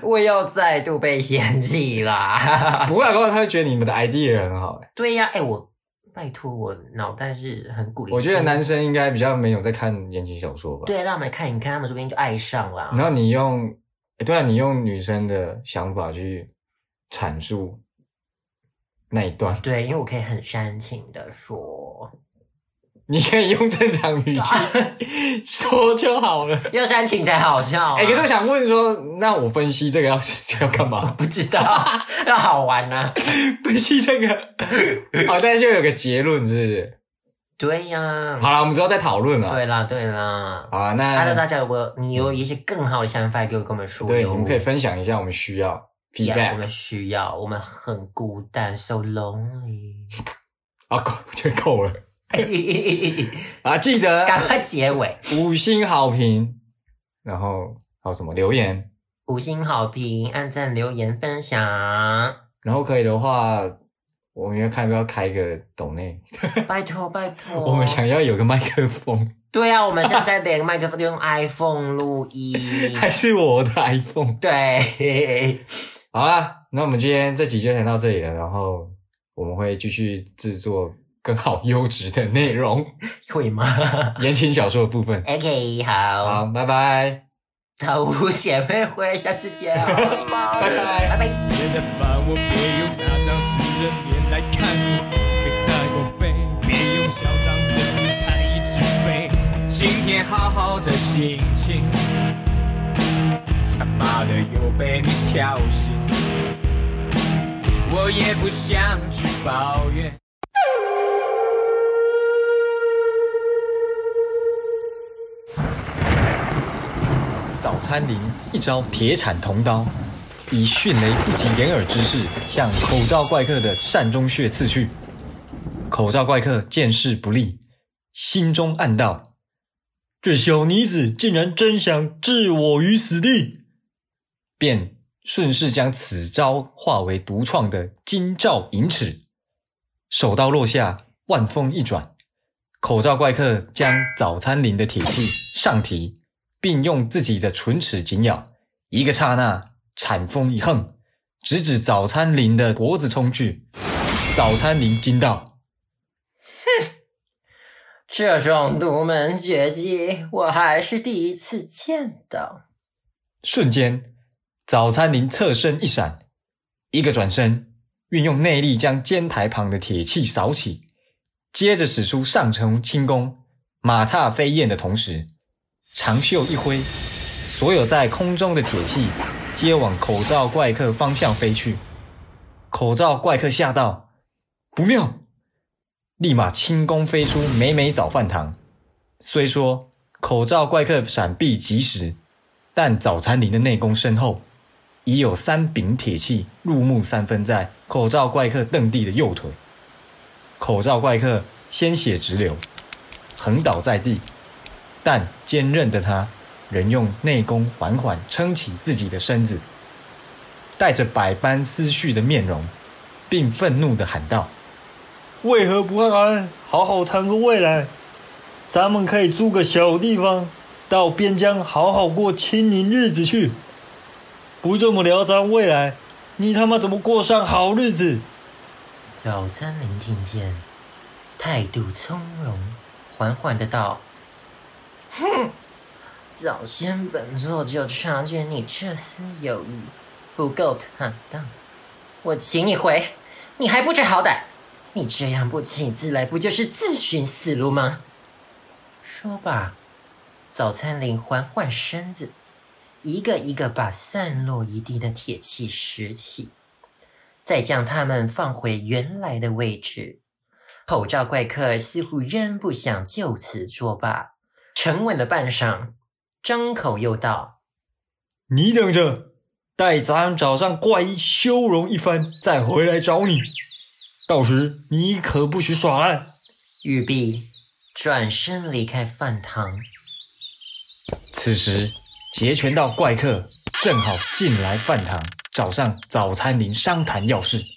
[SPEAKER 1] 我又再度被嫌弃啦！ (laughs)
[SPEAKER 2] 不会啊，搞不好他会觉得你们的 idea 很好、欸。
[SPEAKER 1] 对呀、哎、我拜托，我脑袋是很鼓励。
[SPEAKER 2] 我觉得男生应该比较没有在看言情小说吧。。
[SPEAKER 1] 对，让他们看一看，他们说不定就爱上了。
[SPEAKER 2] 然后你用，欸对啊，你用女生的想法去阐述那一段，
[SPEAKER 1] 对，因为我可以很煽情的说，
[SPEAKER 2] 你可以用正常语
[SPEAKER 1] 啊
[SPEAKER 2] 气 (laughs) 说就好了。
[SPEAKER 1] 要煽情才好笑、啊。
[SPEAKER 2] 哎、可是我想问说，那我分析这个要 (laughs) 要干嘛？
[SPEAKER 1] (laughs) 不知道， (laughs) 要好玩啊。
[SPEAKER 2] 分析
[SPEAKER 1] (laughs)
[SPEAKER 2] 这个，好，但是就有个结论，是不是？
[SPEAKER 1] 对呀、
[SPEAKER 2] 好了，我们之后再讨论了。
[SPEAKER 1] 对啦，对啦。
[SPEAKER 2] 好啊，
[SPEAKER 1] 啊那大
[SPEAKER 2] 那
[SPEAKER 1] 家如果你有一些更好的想法，也可以跟我们说
[SPEAKER 2] 对，
[SPEAKER 1] 哟。
[SPEAKER 2] 我们可以分享一下，我们需要
[SPEAKER 1] Yeah，我
[SPEAKER 2] feedback
[SPEAKER 1] 们需要，我们很孤单，so
[SPEAKER 2] (laughs)
[SPEAKER 1] lonely。
[SPEAKER 2] 啊，够就够了啊！记得
[SPEAKER 1] 赶快结尾，
[SPEAKER 2] 五星好评，然后还有什么留言？
[SPEAKER 1] 五星好评，按赞、留言、分享。
[SPEAKER 2] 然后可以的话，我们要看要不要开个抖内，
[SPEAKER 1] 拜托，拜托。
[SPEAKER 2] (laughs) 我们想要有个麦克风，
[SPEAKER 1] 对啊，我们现在连麦克风都用 iPhone 录音。
[SPEAKER 2] (laughs) 还是我的 iPhone。 (laughs)
[SPEAKER 1] 对，
[SPEAKER 2] 好啦，那我们今天这集就先到这里了，然后我们会继续制作更好优质的内容，
[SPEAKER 1] 会吗
[SPEAKER 2] 言情小说的部分。
[SPEAKER 1] ？OK，好，
[SPEAKER 2] 好，拜拜。
[SPEAKER 1] 草屋姐妹会，下次见哦，拜
[SPEAKER 2] (laughs) 拜
[SPEAKER 1] 拜拜。
[SPEAKER 3] 别再烦我，别用那张食人脸来看我，别再过分，别用嚣张的姿态一直飞。今天好好的心情，他妈的又被你挑衅，我也不想去抱怨。
[SPEAKER 2] 早餐林一招铁铲铜刀，以迅雷不及掩耳之势向口罩怪客的善中穴刺去。口罩怪客见势不利，心中暗道：这小妮子竟然真想置我于死地，便顺势将此招化为独创的金兆银尺。手刀落下，万风一转，口罩怪客将早餐林的铁器上提，并用自己的唇齿紧咬，一个刹那，铲风一横，直指早餐林的脖子冲去。早餐林惊道
[SPEAKER 1] 这种独门绝技，我还是第一次见到。：“
[SPEAKER 2] 瞬间，早餐林侧身一闪，一个转身，运用内力将尖台旁的铁器扫起，接着使出上乘轻功，马踏飞燕的同时，长袖一挥，所有在空中的铁器皆往口罩怪客方向飞去。口罩怪客吓到，不妙，立马轻功飞出美美早饭堂。虽说口罩怪客闪避及时，但早餐林的内功深厚，已有三柄铁器入木三分在口罩怪客蹬地的右腿。口罩怪客鲜血直流，横倒在地，但坚韧的他仍用内功缓缓撑起自己的身子，带着百般思绪的面容，并愤怒地喊道：“为何不安好好谈个未来？咱们可以租个小地方，到边疆好好过清宁日子去。不这么聊咱未来，你他妈怎么过上好日子？”
[SPEAKER 1] 早餐林听见，态度从容，缓缓的道：“哼，早先本座就察觉你这丝友谊不够坦荡，我请你回，你还不知好歹！你这样不请自来，不就是自寻死路吗？”说罢，早餐林缓缓身子，一个一个把散落一地的铁器拾起。再将它们放回原来的位置。口罩怪客似乎仍不想就此作罢，沉稳了半晌，张口又道
[SPEAKER 2] 你等着，待咱找上怪医修容一番，再回来找你。到时你可不许耍赖。：“
[SPEAKER 1] 玉璧，转身离开饭堂。
[SPEAKER 2] 此时，截拳道怪客正好进来饭堂，找上早餐林商谈要事。